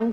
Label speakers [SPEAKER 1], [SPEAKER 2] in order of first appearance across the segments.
[SPEAKER 1] I'm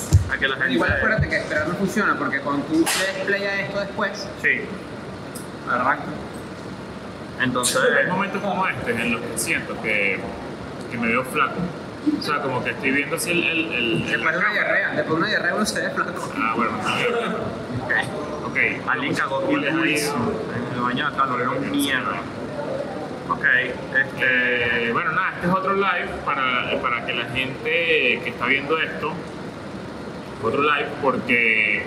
[SPEAKER 2] a que la gente.
[SPEAKER 3] Igual acuérdate que esperar no funciona porque cuando tú des play a esto después,
[SPEAKER 2] Sí,
[SPEAKER 3] arranca.
[SPEAKER 2] entonces.
[SPEAKER 4] Hay momentos como este en los que siento que, que me veo flaco. O sea, como que estoy viendo así el. el, el- el-
[SPEAKER 3] Después de una diarrea, después de una diarrea uno se ve flaco.
[SPEAKER 4] Ah, bueno, está bien. Ok.
[SPEAKER 2] Alguien cagó
[SPEAKER 4] ¿Cómo les ha
[SPEAKER 2] durísimo
[SPEAKER 4] ido?
[SPEAKER 2] en el baño de acá, lo vieron mierda. Ok, este.
[SPEAKER 4] Eh, bueno, nada, este es otro live para, para que la gente que está viendo esto, otro live porque,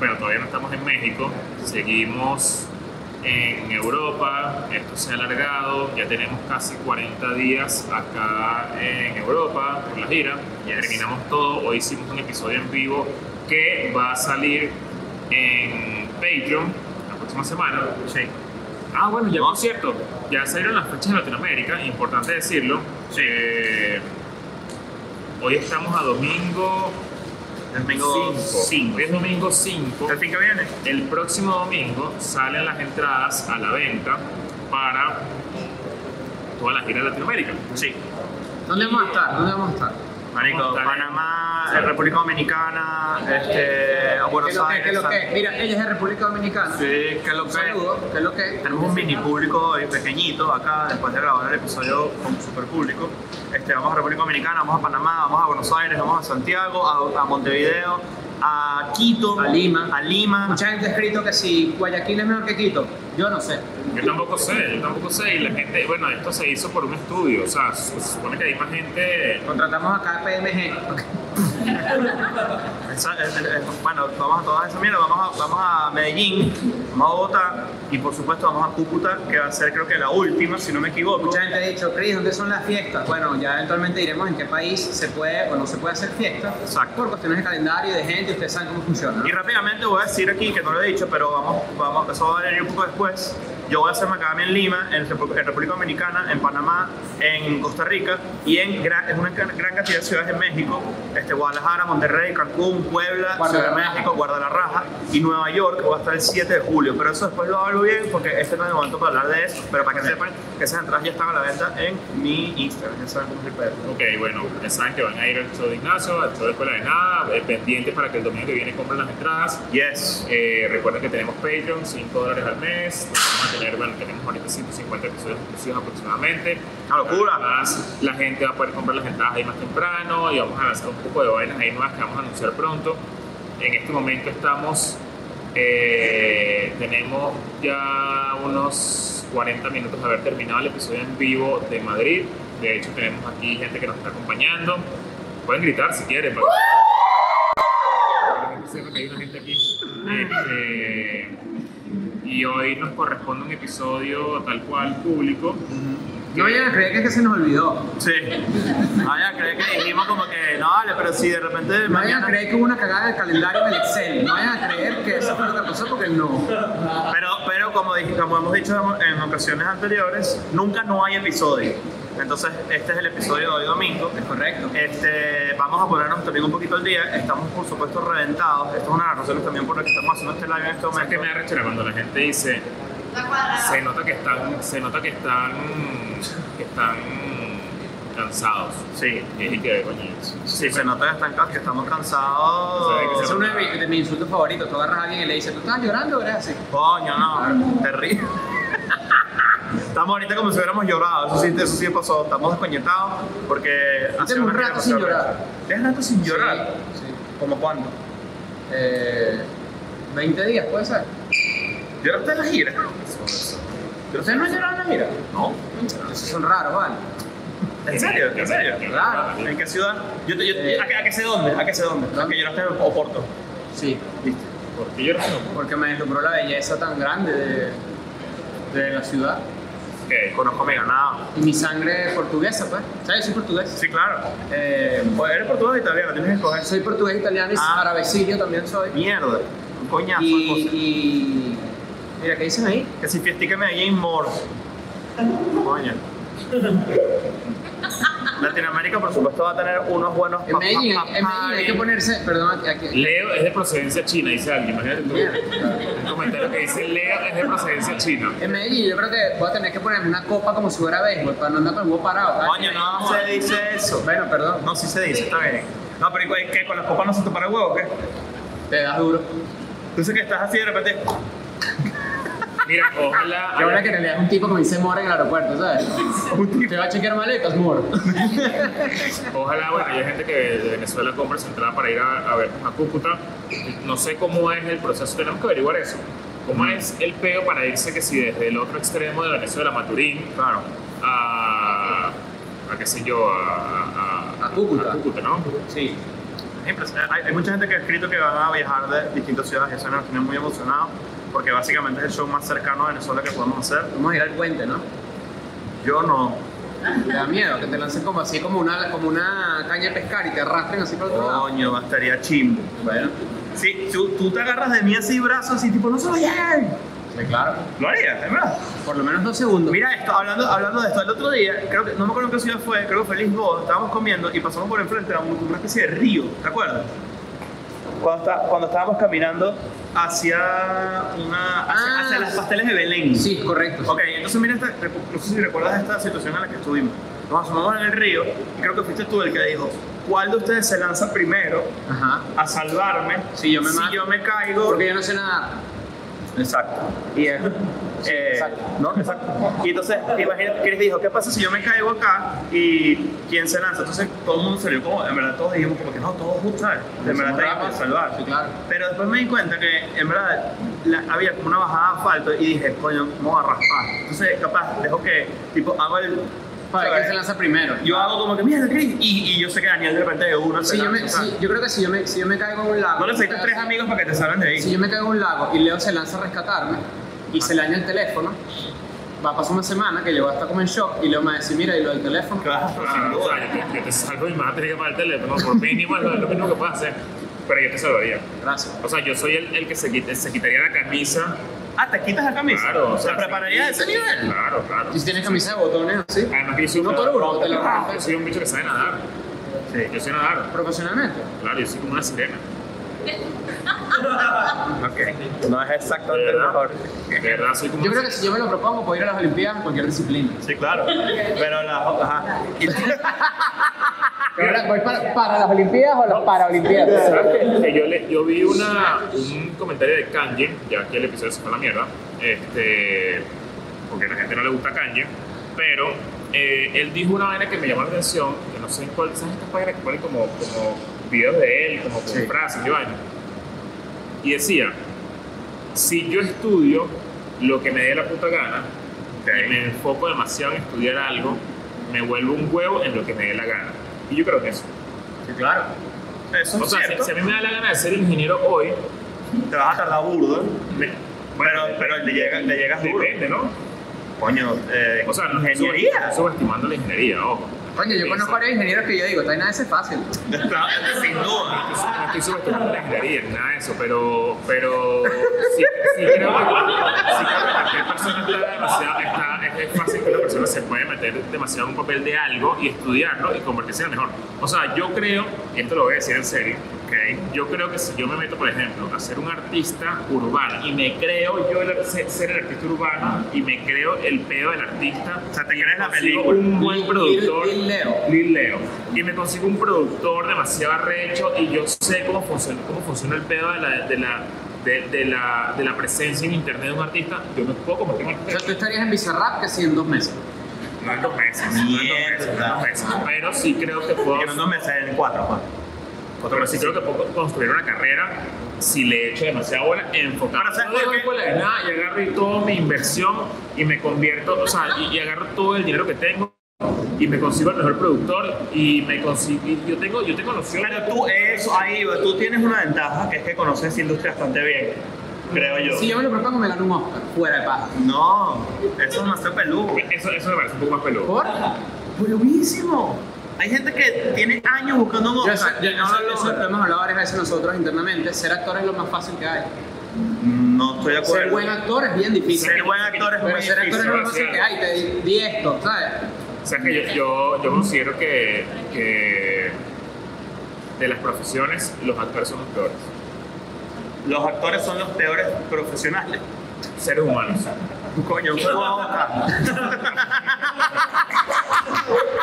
[SPEAKER 4] bueno, todavía no estamos en México, seguimos en Europa, esto se ha alargado, ya tenemos casi 40 días acá en Europa por la gira,
[SPEAKER 2] Yes.
[SPEAKER 4] terminamos todo, hoy hicimos un episodio en vivo que va a salir en Patreon la próxima semana.
[SPEAKER 2] Sí.
[SPEAKER 4] Ah, bueno, ya
[SPEAKER 2] ¿No?
[SPEAKER 4] por cierto, ya salieron las fechas de Latinoamérica, importante decirlo. Eh, hoy estamos a domingo
[SPEAKER 2] Domingo
[SPEAKER 4] 5. Hoy es domingo 5.
[SPEAKER 2] ¿El fin que viene?
[SPEAKER 4] El próximo domingo salen las entradas a la venta para toda la gira de Latinoamérica.
[SPEAKER 2] Sí.
[SPEAKER 3] ¿Dónde vamos a estar? ¿Dónde vamos a estar?
[SPEAKER 2] Marico,
[SPEAKER 4] Vamos a estar en-
[SPEAKER 2] Panamá, eh, República Dominicana, este,
[SPEAKER 3] ¿Qué
[SPEAKER 2] Buenos
[SPEAKER 3] lo que?
[SPEAKER 2] Aires.
[SPEAKER 3] ¿Qué lo
[SPEAKER 2] San-
[SPEAKER 3] que? Mira, ella es de República Dominicana.
[SPEAKER 2] Sí, que lo
[SPEAKER 3] Un
[SPEAKER 2] que.
[SPEAKER 3] saludo. ¿Qué lo que?
[SPEAKER 2] Tenemos un mini público hoy pequeñito acá, después de grabar el episodio con super público. Este, vamos a República Dominicana, vamos a Panamá, vamos a Buenos Aires, vamos a Santiago, a, a Montevideo, a Quito,
[SPEAKER 3] A Lima.
[SPEAKER 2] a Lima.
[SPEAKER 3] Mucha gente ha escrito que si Guayaquil es mejor que Quito. Yo no sé.
[SPEAKER 4] Yo tampoco sé, yo tampoco sé. Y la gente, bueno, esto se hizo por un estudio. O sea, se se supone que hay más gente.
[SPEAKER 3] Contratamos acá a PMG.
[SPEAKER 2] Esa- es- es- es- bueno, vamos a todas esas mierdas, vamos a, vamos a Medellín, vamos a Bogotá y por supuesto vamos a Cúcuta, que va a ser creo que la última, si no me equivoco.
[SPEAKER 3] Mucha gente ha dicho, Cris, ¿dónde son las fiestas? Bueno, ya eventualmente diremos en qué país se puede o no se puede hacer fiesta.
[SPEAKER 2] Exacto.
[SPEAKER 3] Por cuestiones de calendario, de gente, ustedes saben cómo funciona.
[SPEAKER 2] Y rápidamente voy a decir aquí, que no lo he dicho, pero vamos, vamos eso va a venir un poco después. Yo voy a hacer macadamia en Lima, en, Repu- en República Dominicana, en Panamá, en Costa Rica y en, gran, en una gran gran cantidad de ciudades en México, este, Guadalajara, Monterrey, Cancún, Puebla, Ciudad
[SPEAKER 3] Guarda la
[SPEAKER 2] de
[SPEAKER 3] Raja.
[SPEAKER 2] México, Guadalajara y Nueva York, va a estar el 7 de julio. Pero eso después lo hablo bien porque este no es el momento para hablar de eso, pero para que sepan que esas entradas ya están a la venta en mi Instagram, ya saben cómo es el pedo.
[SPEAKER 4] Ok, bueno, ya saben que van a ir al show de Ignacio, al show de Escuela de Nada, eh, pendientes para que el domingo que viene compren las entradas.
[SPEAKER 2] Yes.
[SPEAKER 4] Eh, recuerden que tenemos Patreon, 5 dólares al mes. Vamos a tener, bueno, tenemos ahorita 150 episodios exclusivos aproximadamente.
[SPEAKER 2] Una locura.
[SPEAKER 4] Además, la gente va a poder comprar las entradas ahí más temprano y vamos a lanzar un poco de vainas ahí nuevas que vamos a anunciar pronto. En este momento estamos, eh, tenemos ya unos 40 minutos de haber terminado el episodio en vivo de Madrid. De hecho, tenemos aquí gente que nos está acompañando. Pueden gritar si quieren. para- para que sepa que hay una gente aquí. Este, y hoy nos corresponde un episodio tal cual público.
[SPEAKER 3] No vayan a creer que es que se nos olvidó.
[SPEAKER 2] Sí. Vaya, creo que dijimos como que no vale, pero si de repente
[SPEAKER 3] No vayan
[SPEAKER 2] mañana.
[SPEAKER 3] a creer que hubo una cagada del calendario en el Excel. No vayan a creer que eso fue lo que pasó porque no.
[SPEAKER 2] Pero, pero como, dije- como hemos dicho en en ocasiones anteriores, nunca no hay episodio. Entonces, este es el episodio de hoy domingo.
[SPEAKER 3] Es correcto.
[SPEAKER 2] Este, vamos a ponernos también un poquito al día. Estamos, por supuesto, reventados. Esta es una de las razones también por la que estamos haciendo este live en este
[SPEAKER 4] ¿Sabes qué me
[SPEAKER 2] momento.
[SPEAKER 4] da rechera cuando la gente dice se nota que están se nota que están que están cansados
[SPEAKER 2] Sí,
[SPEAKER 4] y que coño eso.
[SPEAKER 2] sí, se nota que, están ca- que estamos
[SPEAKER 4] Se ve que
[SPEAKER 3] Es
[SPEAKER 2] cansados.
[SPEAKER 4] se-
[SPEAKER 3] uno de, mi- de mis insultos favoritos. Tú agarras a alguien y le dices, ¿tú estás llorando? ¿Eres así?
[SPEAKER 2] Coño, no, terrible. Estamos ahorita como si hubiéramos llorado, eso sí, eso sí pasó, estamos desconectados porque... hace
[SPEAKER 3] un
[SPEAKER 2] una
[SPEAKER 3] rato
[SPEAKER 2] gira
[SPEAKER 3] sin
[SPEAKER 2] pasada.
[SPEAKER 3] llorar.
[SPEAKER 2] ¿Tienes rato sin llorar?
[SPEAKER 3] Sí. sí.
[SPEAKER 2] ¿Como cuándo?
[SPEAKER 3] Eh, 20 días, puede ser.
[SPEAKER 2] ¿Lloraste en la gira?
[SPEAKER 3] ¿Pero ustedes no han llorado en la mira?
[SPEAKER 2] No.
[SPEAKER 3] Esos son raros, ¿vale?
[SPEAKER 2] ¿En serio? ¿En serio?
[SPEAKER 3] Claro.
[SPEAKER 2] ¿En qué ciudad? Yo, te- yo-
[SPEAKER 3] Eh.
[SPEAKER 2] ¿a, qué, ¿A qué sé dónde? ¿A qué sé dónde? ¿A que lloraste en Oporto?
[SPEAKER 3] Sí.
[SPEAKER 2] ¿Viste?
[SPEAKER 4] porque yo no sé
[SPEAKER 3] Porque me deslumbró la belleza tan grande de, de la ciudad.
[SPEAKER 4] qué
[SPEAKER 2] Conozco Mega Nada.
[SPEAKER 3] Y mi sangre es portuguesa, pues. ¿Sabes? Yo soy portugués.
[SPEAKER 2] Sí, claro.
[SPEAKER 3] Eh,
[SPEAKER 2] Pues eres portugués o italiano, tienes que escoger.
[SPEAKER 3] soy portugués, italiano y
[SPEAKER 2] Ah.
[SPEAKER 3] arabecillo también soy.
[SPEAKER 2] Mierda. coñazo de
[SPEAKER 3] Y,
[SPEAKER 2] cosas.
[SPEAKER 3] y- Mira, ¿qué dicen ahí?
[SPEAKER 2] Que si fiestica Medellín Morse. Coño. Latinoamérica, por supuesto, va a tener unos buenos
[SPEAKER 3] En Medellín,
[SPEAKER 2] pa- pa-
[SPEAKER 3] en Medellín hay que
[SPEAKER 2] party.
[SPEAKER 3] ponerse. Perdón, aquí. aquí-
[SPEAKER 4] Leo es de procedencia china, dice alguien. Imagínate tú.
[SPEAKER 3] Mierda.
[SPEAKER 4] Un comentario que dice Leo es de procedencia china.
[SPEAKER 3] En Medellín, yo creo que voy a tener que ponerme una copa como si fuera béisbol para no andar con el huevo parado. ¿sabes?
[SPEAKER 2] Coño, no se dice eso.
[SPEAKER 3] Bueno, perdón,
[SPEAKER 2] No, sí se dice, está bien. No, pero ¿y ¿qué? ¿Con las copas no se te para el huevo o qué?
[SPEAKER 3] te das duro.
[SPEAKER 2] Entonces que estás así de repente.
[SPEAKER 4] Mira, ojalá.
[SPEAKER 3] Yo
[SPEAKER 4] haya-
[SPEAKER 3] ahora que en realidad es un tipo que me dice mora en el aeropuerto, ¿sabes? Te va a chequear maletas, moro.
[SPEAKER 4] Ojalá, bueno, hay gente que de Venezuela compra su entrada para ir a, a vernos a Cúcuta. No sé cómo es el proceso, tenemos que averiguar eso. ¿Cómo es el peo para irse que si desde el otro extremo de Venezuela, Maturín,
[SPEAKER 2] Claro.
[SPEAKER 4] a, a qué sé yo, a, a,
[SPEAKER 3] A Cúcuta.
[SPEAKER 4] a ¿no?
[SPEAKER 2] Sí. Es impresionante. Hay, hay mucha gente que ha escrito que van a viajar de distintas ciudades y eso nos tiene muy emocionados porque básicamente es el show más cercano a Venezuela que podemos hacer.
[SPEAKER 3] Vamos a ir al puente, ¿no?
[SPEAKER 2] Yo no.
[SPEAKER 3] Te da miedo que te lancen como así, como una, como una caña de pescar y te arrastren así para el otro lado.
[SPEAKER 2] Coño, bastaría chimbo.
[SPEAKER 3] Bueno,
[SPEAKER 2] Sí, tú, tú te agarras de mí así, brazos, así, tipo, no se vayan.
[SPEAKER 3] sí, claro.
[SPEAKER 2] Lo harías, es verdad.
[SPEAKER 3] Por lo menos dos segundos.
[SPEAKER 2] Mira esto, hablando, hablando de esto, el otro día, creo que, no me acuerdo en qué ciudad fue, creo que fue Lisboa, estábamos comiendo y pasamos por enfrente a un- una especie de río, ¿te acuerdas? Cuando, está- cuando estábamos caminando hacia una hacia,
[SPEAKER 3] Ah,
[SPEAKER 2] hacia las pasteles de Belén.
[SPEAKER 3] Sí, correcto.
[SPEAKER 2] Ok, entonces mira, esta, no sé si recuerdas esta situación en la que estuvimos. Nos asomamos en el río y creo que fuiste tú el que dijo, ¿cuál de ustedes se lanza primero
[SPEAKER 3] Ajá.
[SPEAKER 2] a salvarme
[SPEAKER 3] Si yo me mato.
[SPEAKER 2] yo me caigo?
[SPEAKER 3] Porque yo no sé nada.
[SPEAKER 2] Exacto. Y es. eh,
[SPEAKER 3] exacto.
[SPEAKER 2] ¿no? Exacto. Y entonces, imagínate, Chris dijo, ¿qué pasa si yo me caigo acá y quién se lanza? Entonces todo el mundo salió como, en verdad todos dijimos como que no, todos juntos, ¿sabes? En verdad
[SPEAKER 3] Somos
[SPEAKER 2] te iban a
[SPEAKER 3] ramas.
[SPEAKER 2] salvar.
[SPEAKER 3] Sí, claro.
[SPEAKER 2] Pero después me di cuenta que en verdad la- había como una bajada de asfalto y dije, coño, vamos a raspar. Entonces, capaz, dejo que, tipo, hago el...
[SPEAKER 3] Para ver
[SPEAKER 2] ¿sabes?
[SPEAKER 3] quién se lanza primero.
[SPEAKER 2] Yo hago como que, mira, Chris, y, y yo sé que Daniel de repente de uno se
[SPEAKER 3] Si yo, me,
[SPEAKER 2] lanza,
[SPEAKER 3] si-
[SPEAKER 2] ¿sabes?
[SPEAKER 3] yo creo que si yo me, si yo me caigo en un lago.
[SPEAKER 2] No necesitas tres amigos para que te salgan de ahí.
[SPEAKER 3] Si yo me caigo en un lago y Leo se lanza a rescatarme y se le daña el teléfono, va a pasar una semana que Leo va a estar como en shock y Leo me va a decir, mira, y lo del teléfono.
[SPEAKER 2] Claro, sin
[SPEAKER 4] Ah, o
[SPEAKER 2] duda.
[SPEAKER 4] sea, yo, te- yo te salgo y me vas a tener que llamar el teléfono, por mínimo es lo, es lo mínimo que puedo hacer, pero yo te salvaría.
[SPEAKER 3] Gracias.
[SPEAKER 4] O sea, yo soy el, el que se, quita- se quitaría la camisa.
[SPEAKER 2] Ah, te quitas la camisa.
[SPEAKER 4] Claro, o sea,
[SPEAKER 2] ¿Te prepararía a ese
[SPEAKER 4] sí,
[SPEAKER 2] nivel?
[SPEAKER 4] Claro, claro.
[SPEAKER 3] Y si tienes camisa de botones así,
[SPEAKER 4] Además que yo soy un,
[SPEAKER 3] No por uno, te lo-
[SPEAKER 4] Ah, yo soy un bicho que sabe nadar. Yo sé nadar.
[SPEAKER 3] profesionalmente.
[SPEAKER 4] Claro, yo soy como una sirena.
[SPEAKER 2] Ok. No es
[SPEAKER 4] De
[SPEAKER 2] exactamente el
[SPEAKER 4] verdad,
[SPEAKER 2] mejor.
[SPEAKER 4] de verdad soy como
[SPEAKER 3] Yo
[SPEAKER 4] una
[SPEAKER 3] creo que si yo me lo propongo, puedo ir a las Olimpiadas en cualquier disciplina.
[SPEAKER 2] Sí, claro. Pero la. Ajá.
[SPEAKER 3] Pero ahora, ¿Voy para, para las Olimpiadas o las Paraolimpiadas?
[SPEAKER 4] ¿Sabes qué? Que yo, le- yo vi una, un comentario de Kanye, ya que el episodio se fue a la mierda, este, porque a la gente no le gusta Kanye, pero eh, él dijo una vaina que me llamó la atención, que no sé en cuál, ¿sabes estas páginas que ponen como, como videos de él, como con
[SPEAKER 3] Sí.
[SPEAKER 4] frases y vaina? Y decía, si yo estudio lo que me dé la puta gana, y me enfoco demasiado en estudiar algo, me vuelvo un huevo en lo que me dé la gana. Y yo creo que eso.
[SPEAKER 3] Sí, claro.
[SPEAKER 2] Eso
[SPEAKER 4] O
[SPEAKER 2] es
[SPEAKER 4] sea, si,
[SPEAKER 2] cierto.
[SPEAKER 4] si a mí me da la gana de ser ingeniero hoy,
[SPEAKER 2] Te vas a tardar burdo.
[SPEAKER 4] me-
[SPEAKER 2] Pero, pero le, llega, le llegas duro.
[SPEAKER 4] depende, ¿no?
[SPEAKER 2] Coño, eh,
[SPEAKER 4] O sea, no estoy
[SPEAKER 2] ingeniería.
[SPEAKER 4] sub- subestimando la ingeniería, ojo.
[SPEAKER 3] Coño, yo conozco varios ingenieros que yo digo, está nada ese es fácil.
[SPEAKER 2] Sin duda.
[SPEAKER 4] No estoy subestimando la ingeniería, ni nada de eso, pero, pero sí, sí creo que, sí creo que cualquier persona está demasiado, está- es, es fácil que una persona se puede meter demasiado en un papel de algo y estudiarlo y convertirse en el mejor. O sea, yo creo, y esto lo voy a decir en serio, ¿ok? yo creo que si yo me meto, por ejemplo, a ser un artista urbano y me creo yo el- ser ser el artista urbano y me creo el pedo del artista,
[SPEAKER 2] O sea, te
[SPEAKER 4] y
[SPEAKER 2] crees
[SPEAKER 4] me
[SPEAKER 2] la
[SPEAKER 4] consigo
[SPEAKER 2] película.
[SPEAKER 4] Un buen productor.
[SPEAKER 3] Lil- Lil Leo.
[SPEAKER 4] Lil Leo. Y me consigo un productor demasiado arrecho y yo sé cómo funciona, cómo funciona el pedo de la, de, la, de, de la, de la presencia en internet de un artista. Yo me puedo convertir en
[SPEAKER 3] O sea, tú
[SPEAKER 4] artista.
[SPEAKER 3] estarías en Bizarrap que sí en dos meses.
[SPEAKER 4] No en dos meses. No en dos meses. no en dos meses. Pero sí creo que puedo.
[SPEAKER 2] Que no me salen cuatro, Juan.
[SPEAKER 4] Pero sí creo que puedo construir una carrera si le echo demasiada bola enfocada.
[SPEAKER 2] Pero ¿sabes
[SPEAKER 4] no
[SPEAKER 2] por
[SPEAKER 4] dejo
[SPEAKER 2] qué?
[SPEAKER 4] escuela de nada y agarro y toda mi inversión y me convierto, o sea, y, y agarro todo el dinero que tengo y me consigo el mejor productor y me consigo, y yo tengo, yo tengo noción.
[SPEAKER 2] Pero tú, eso, ahí, va, tú tienes una ventaja que es que conoces la industria bastante bien, creo yo.
[SPEAKER 3] Si yo me lo propongo, me gano un Oscar. Fuera de paz.
[SPEAKER 2] No, eso es demasiado peludo.
[SPEAKER 4] Eso, eso me parece un poco más peludo.
[SPEAKER 3] ¿Por?
[SPEAKER 2] Buenísimo. Hay gente que tiene años buscando un
[SPEAKER 3] Yo sé-
[SPEAKER 2] Oscar.
[SPEAKER 3] yo-
[SPEAKER 2] No lo
[SPEAKER 3] eso- eso
[SPEAKER 2] logra.
[SPEAKER 3] lo hemos hablado varias veces nosotros internamente. Ser actor es lo más fácil que hay.
[SPEAKER 2] No estoy de
[SPEAKER 3] Ser
[SPEAKER 2] acuerdo.
[SPEAKER 3] buen actor es bien difícil.
[SPEAKER 2] Ser buen actor es
[SPEAKER 3] Pero
[SPEAKER 2] muy
[SPEAKER 3] ser actor es
[SPEAKER 2] difícil.
[SPEAKER 3] una cosa que, ay, te di, di esto, ¿sabes?
[SPEAKER 4] O sea que yo, yo, yo considero que, que de las profesiones los actores son los peores.
[SPEAKER 2] Los actores son los peores profesionales.
[SPEAKER 4] Seres humanos.
[SPEAKER 2] Coño, un poco vamos acá.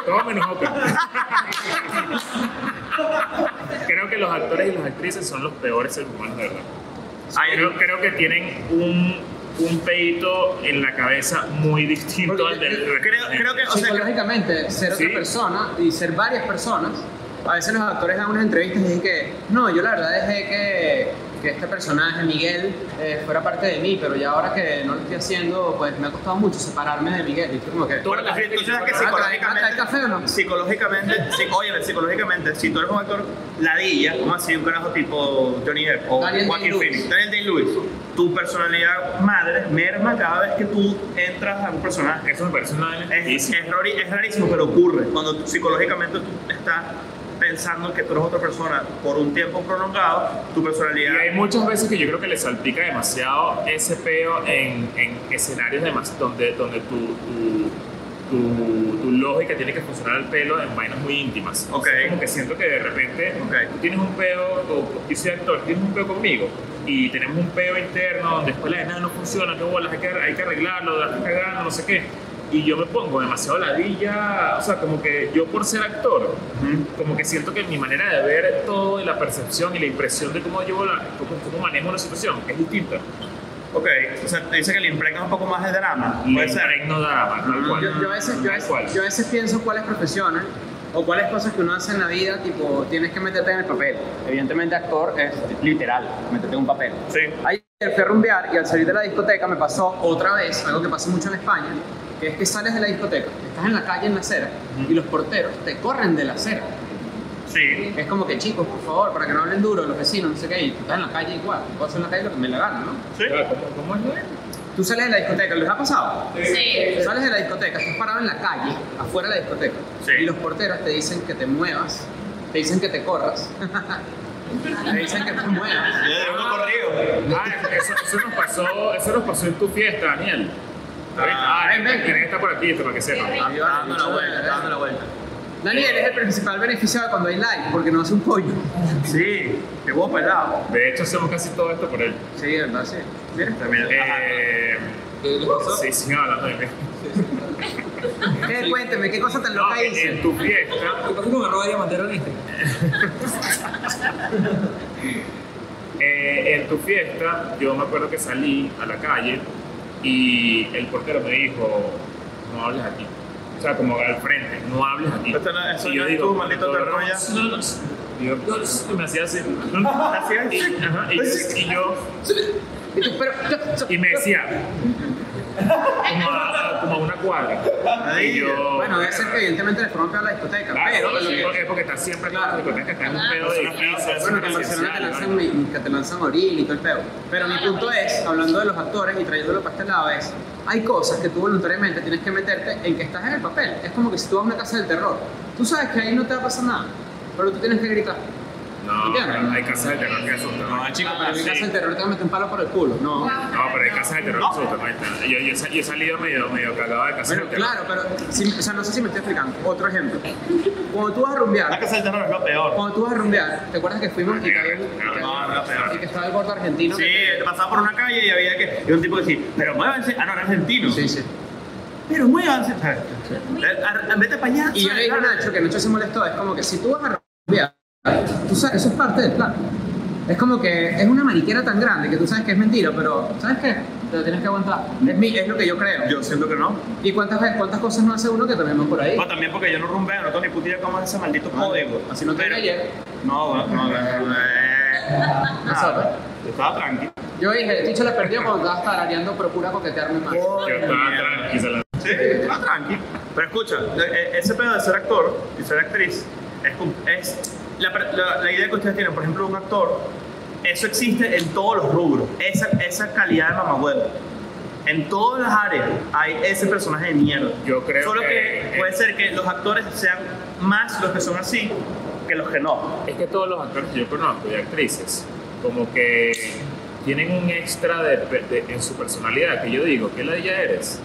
[SPEAKER 4] Todo menos Open. Creo que los actores y las actrices son los peores seres humanos, de verdad.
[SPEAKER 2] Ay,
[SPEAKER 4] Creo, creo que tienen un, un pedito en la cabeza muy distinto al del resto.
[SPEAKER 2] creo, creo que, o sea, que-
[SPEAKER 3] Psicológicamente, ser
[SPEAKER 4] Sí.
[SPEAKER 3] otra persona y ser varias personas. A veces los actores dan unas entrevistas y dicen que, no, yo la verdad dejé que, que este personaje, Miguel, eh, fuera parte de mí, pero ya ahora que no lo estoy haciendo, pues me ha costado mucho separarme de Miguel. Y es como que,
[SPEAKER 4] Toda la
[SPEAKER 2] Sí,
[SPEAKER 4] gente
[SPEAKER 2] tú sabes
[SPEAKER 4] que
[SPEAKER 2] que
[SPEAKER 4] se conoce-
[SPEAKER 2] psicológicamente.
[SPEAKER 3] ¿Hay café o no?
[SPEAKER 2] Psicológicamente, sí, óyeme, psicológicamente, si tú eres un actor ladilla, como así, un carajo tipo Johnny Depp o
[SPEAKER 3] Daniel
[SPEAKER 2] Joaquin
[SPEAKER 3] Day-Lewis.
[SPEAKER 2] Phoenix, Daniel Day-Lewis, tu personalidad madre merma cada vez que tú entras a un personaje.
[SPEAKER 4] Eso me parece una
[SPEAKER 2] Es,
[SPEAKER 4] delicia.
[SPEAKER 2] es rari- es rarísimo, pero ocurre. Cuando tú- psicológicamente tú estás pensando que tú eres otra persona por un tiempo prolongado, tu
[SPEAKER 4] Y
[SPEAKER 2] personalidad.
[SPEAKER 4] hay muchas veces que yo creo que le salpica demasiado ese peo en, en escenarios de más- donde, donde tu, tu, tu- tu lógica tiene que funcionar al pelo en vainas muy íntimas. O sea,
[SPEAKER 2] Ok.
[SPEAKER 4] como que siento que de repente
[SPEAKER 2] Ok.
[SPEAKER 4] tú tienes un peo, o yo soy actor, tienes un peo conmigo y tenemos un peo interno donde después la nada no funciona, que bolas, hay que, hay que arreglarlo, la estás cagando, no sé qué. Y yo me pongo demasiado ladilla, o sea, como que yo por ser actor,
[SPEAKER 2] Ujú.
[SPEAKER 4] como que siento que mi manera de ver todo y la percepción y la impresión de cómo yo la, cómo, cómo manejo una situación es distinta.
[SPEAKER 2] Ok, o sea, te dice que le impregnas un poco más de drama. Puede
[SPEAKER 4] Le
[SPEAKER 2] ser.
[SPEAKER 4] impregno drama, tal cual.
[SPEAKER 3] Yo, yo a veces, yo, a
[SPEAKER 4] Tal
[SPEAKER 3] veces-
[SPEAKER 4] cual.
[SPEAKER 3] yo a veces pienso cuáles profesiones o cuáles cosas que uno hace en la vida, tipo, tienes que meterte en el papel. Evidentemente, actor es literal, meterte en un papel.
[SPEAKER 2] Sí.
[SPEAKER 3] Ayer fui a rumbear y al salir de la discoteca me pasó otra vez algo que pasa mucho en España, que es que sales de la discoteca, estás en la calle, en la acera, y los porteros te corren de la acera.
[SPEAKER 2] Sí.
[SPEAKER 3] Es como que, chicos, por favor, para que no hablen duro los vecinos, no sé qué, y tú estás en la calle igual, puedo hacer en la calle lo que me la gana, ¿no?
[SPEAKER 2] Sí.
[SPEAKER 4] Claro, ¿Cómo, cómo es lo de-
[SPEAKER 3] Tú sales de la discoteca, ¿les ha pasado?
[SPEAKER 5] Sí.
[SPEAKER 3] Sales de la discoteca, estás parado en la calle, afuera de la discoteca,
[SPEAKER 2] Sí.
[SPEAKER 3] y los porteros te dicen que te muevas, te dicen que te corras, te dicen que te muevas.
[SPEAKER 2] Yo de uno Eh, corrido.
[SPEAKER 4] Ah, eso, eso nos pasó, eso nos pasó en tu fiesta, Daniel.
[SPEAKER 2] Ah,
[SPEAKER 4] Ah, ven, ven, está por aquí, esto para que sepa. Ah,
[SPEAKER 3] dando la vuelta, está dando la vuelta. Daniel es el principal beneficiado cuando hay like, porque no hace un coño.
[SPEAKER 2] Sí, te hubo pelado.
[SPEAKER 4] De hecho, hacemos casi todo esto por él.
[SPEAKER 3] Sí, verdad, sí. Mira.
[SPEAKER 2] También.
[SPEAKER 4] Eh, sí, sí, hablando de mí.
[SPEAKER 3] Eh, cuénteme, ¿qué cosa tan
[SPEAKER 4] No, eh,
[SPEAKER 3] loca
[SPEAKER 4] en en
[SPEAKER 3] hice?
[SPEAKER 4] tu fiesta,
[SPEAKER 6] ¿Qué pasó con arroba diamantero en Instagram?
[SPEAKER 4] Eh, en tu fiesta, yo me acuerdo que salí a la calle y el portero me dijo, no hables aquí. O sea, como al frente, no hables aquí.
[SPEAKER 2] Esto no- eso
[SPEAKER 4] Y
[SPEAKER 2] no es tu maldito
[SPEAKER 4] "No, no,
[SPEAKER 2] terreno ya".
[SPEAKER 4] No, no, Y yo, "No, no", y me hacía así. no, no.
[SPEAKER 2] Así es.
[SPEAKER 4] Y, ajá, y yo- y yo,
[SPEAKER 3] Y tú, pero, yo- yo-
[SPEAKER 4] y me decía, como a, como a una cuadra. Y yo,
[SPEAKER 3] Bueno, debe ser que evidentemente le fueron peor a la discoteca,
[SPEAKER 4] Claro,
[SPEAKER 3] pero...
[SPEAKER 4] sí,
[SPEAKER 3] lo que-
[SPEAKER 4] porque, porque está siempre claro, porque está en un pedo de edificio,
[SPEAKER 3] Bueno, que en Barcelona te lanzan, mi- que te lanzan oril y todo el pedo. Pero mi punto es, hablando de los actores y trayéndolo para este lado, es hay cosas que tú voluntariamente tienes que meterte en que estás en el papel. Es como que si tú vas a una casa del terror. Tú sabes que ahí no te va a pasar nada, pero tú tienes que gritar.
[SPEAKER 4] No, pero hay casas de terror que asustan.
[SPEAKER 2] No, chico,
[SPEAKER 3] Ah,
[SPEAKER 2] pero
[SPEAKER 3] en mi casa
[SPEAKER 2] sí.
[SPEAKER 3] del terror te van a meter un palo por el culo. No.
[SPEAKER 4] No, pero hay casas de terror que asustan, ahí está. Yo, yo, sa- yo he salido medio, medio cagado de casas
[SPEAKER 3] Bueno,
[SPEAKER 4] de terror.
[SPEAKER 3] claro, pero si- o sea, no sé si me estoy explicando. Otro ejemplo. Cuando tú vas a rumbear,
[SPEAKER 2] La casa del terror es lo peor.
[SPEAKER 3] cuando tú vas a rumbear, ¿te acuerdas que fuimos y que, había un- y que había-
[SPEAKER 2] No, no, no, no.
[SPEAKER 3] y que estaba el gordo argentino?
[SPEAKER 2] Sí,
[SPEAKER 3] que-
[SPEAKER 2] pasaba por una calle y había que. Y un tipo que decía, pero muévanse. Ah, no, era argentino.
[SPEAKER 3] sí, sí.
[SPEAKER 2] Pero muévanse. Eh, ar- ar- Vete para allá.
[SPEAKER 3] Y yo le dije a
[SPEAKER 2] ¿sabes?
[SPEAKER 3] Nacho, que Nacho se molestó, es como que si tú vas a rumbear, tú sabes, eso es parte del plan. Es como que es una mariquera tan grande que tú sabes que es mentira, pero ¿sabes qué? Te lo tienes que aguantar. Es, mi, es lo que yo creo.
[SPEAKER 2] Yo siento que no.
[SPEAKER 3] ¿Y cuántas, veces- cuántas cosas no hace uno que también van por ahí?
[SPEAKER 2] Pero también porque yo no rumbeo, no tengo ni puta idea cómo es ese maldito código.
[SPEAKER 3] Así no te
[SPEAKER 2] Pero-
[SPEAKER 3] ayer.
[SPEAKER 2] No, no, no. no, eh,
[SPEAKER 3] Nosotros.
[SPEAKER 2] nada. Yo estaba tranquilo.
[SPEAKER 3] Yo dije, Chicho la perdió cuando estabas tarareando, procura coquetearme más.
[SPEAKER 4] Yo estaba tranqui, se la-
[SPEAKER 2] Sí, más tranqui. Pero escucha, e- e- ese pedo de ser actor y ser actriz es, com- es la, pre- la- la idea que ustedes tienen, por ejemplo, un actor, eso existe en todos los rubros, esa, esa calidad de mamahuevo. En todas las áreas hay ese personaje de mierda.
[SPEAKER 4] Yo creo
[SPEAKER 2] Solo que,
[SPEAKER 4] que-
[SPEAKER 2] puede ser que los actores sean más los que son así que los que no.
[SPEAKER 4] Es que todos los actores que yo conozco y actrices, como que tienen un extra de, de- en su personalidad que yo digo, ¿qué ladilla eres?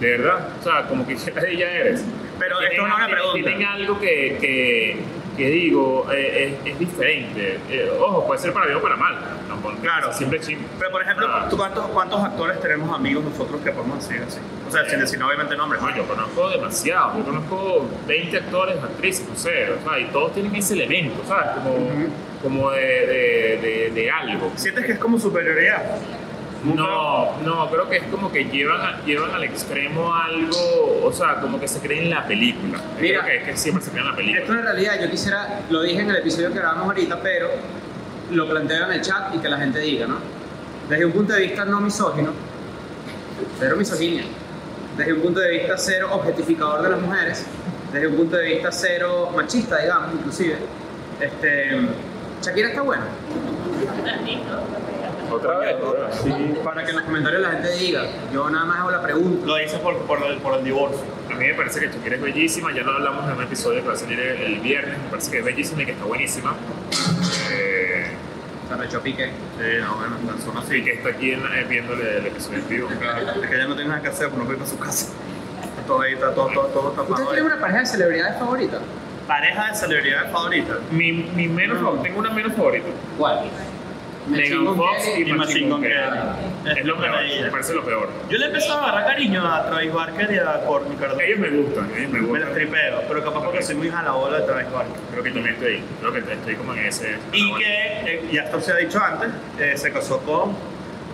[SPEAKER 4] De verdad, o sea, como que ¿qué ladilla eres?
[SPEAKER 2] Pero
[SPEAKER 4] Tienen
[SPEAKER 2] esto no es una
[SPEAKER 4] algo-
[SPEAKER 2] pregunta.
[SPEAKER 4] Tienen algo que, que, que digo, eh, es, es diferente. Eh, ojo, puede ser para bien o para mal. Tampoco-
[SPEAKER 2] Claro.
[SPEAKER 4] o sea, siempre chingo.
[SPEAKER 2] Pero, por ejemplo,
[SPEAKER 4] Ah.
[SPEAKER 2] ¿tú cuántos, cuántos actores tenemos amigos nosotros que podemos decir así? O sea, sin decir obviamente nombres.
[SPEAKER 4] No, yo conozco demasiado, yo conozco 20 actores, actrices, no sé, o sea, y todos tienen ese elemento, ¿sabes? Como, como de, de, de, de algo.
[SPEAKER 2] ¿Sientes que es como superioridad?
[SPEAKER 4] No, no, creo que es como que llevan, a- llevan al extremo algo, o sea, como que se creen la película. Yo
[SPEAKER 3] Mira.
[SPEAKER 4] creo que es que siempre se creen la película.
[SPEAKER 3] Esto en realidad yo quisiera, lo dije en el episodio que grabamos ahorita, pero lo planteo en el chat y que la gente diga, ¿no? Desde un punto de vista no misógino, cero misoginia, desde un punto de vista cero objetificador de las mujeres, desde un punto de vista cero machista, digamos, inclusive, este, Shakira está buena.
[SPEAKER 4] Otra vez, otra vez.
[SPEAKER 3] Para que en los comentarios la gente diga, yo nada más hago la pregunta.
[SPEAKER 2] Lo dices por, por, el, por el divorcio.
[SPEAKER 4] A mí me parece que Shakira es bellísima, ya lo hablamos en un episodio que va a salir el, el viernes, me parece que es bellísima y que está buenísima. Eh,
[SPEAKER 3] Se arrechó Piqué.
[SPEAKER 2] Sí, no, bueno, tan solo
[SPEAKER 4] y
[SPEAKER 2] así.
[SPEAKER 4] que está aquí en, eh, viéndole el episodio en vivo.
[SPEAKER 2] Claro, es que ya no tiene nada que hacer, pues no puede ir para su casa. Está Todo ahí, está todo, todo, todo
[SPEAKER 3] ¿Ustedes
[SPEAKER 2] tapado. ahí.
[SPEAKER 3] tienen una pareja de celebridades favorita?
[SPEAKER 2] Pareja de celebridades favorita.
[SPEAKER 4] Mi, mi menos favorito, tengo una menos favorita.
[SPEAKER 3] ¿Cuál?
[SPEAKER 4] Megan
[SPEAKER 3] chingo
[SPEAKER 4] Fox
[SPEAKER 3] que-
[SPEAKER 4] y
[SPEAKER 2] Y Machine Gun
[SPEAKER 4] Kelly.
[SPEAKER 2] Kelly.
[SPEAKER 4] Es lo peor,
[SPEAKER 2] Maravilla.
[SPEAKER 4] me parece lo peor.
[SPEAKER 2] Yo le empezaba a agarrar cariño a Travis Barker y a Courtney Kardashian.
[SPEAKER 4] Ellos me gustan, ellos
[SPEAKER 2] Me
[SPEAKER 4] me
[SPEAKER 2] las
[SPEAKER 4] gustan.
[SPEAKER 2] tripeo, pero capaz porque soy muy jalabola de Travis Barker.
[SPEAKER 4] Creo que también estoy, creo que estoy como en ese...
[SPEAKER 2] Y que, eh, ya esto se ha dicho antes, eh, se casó con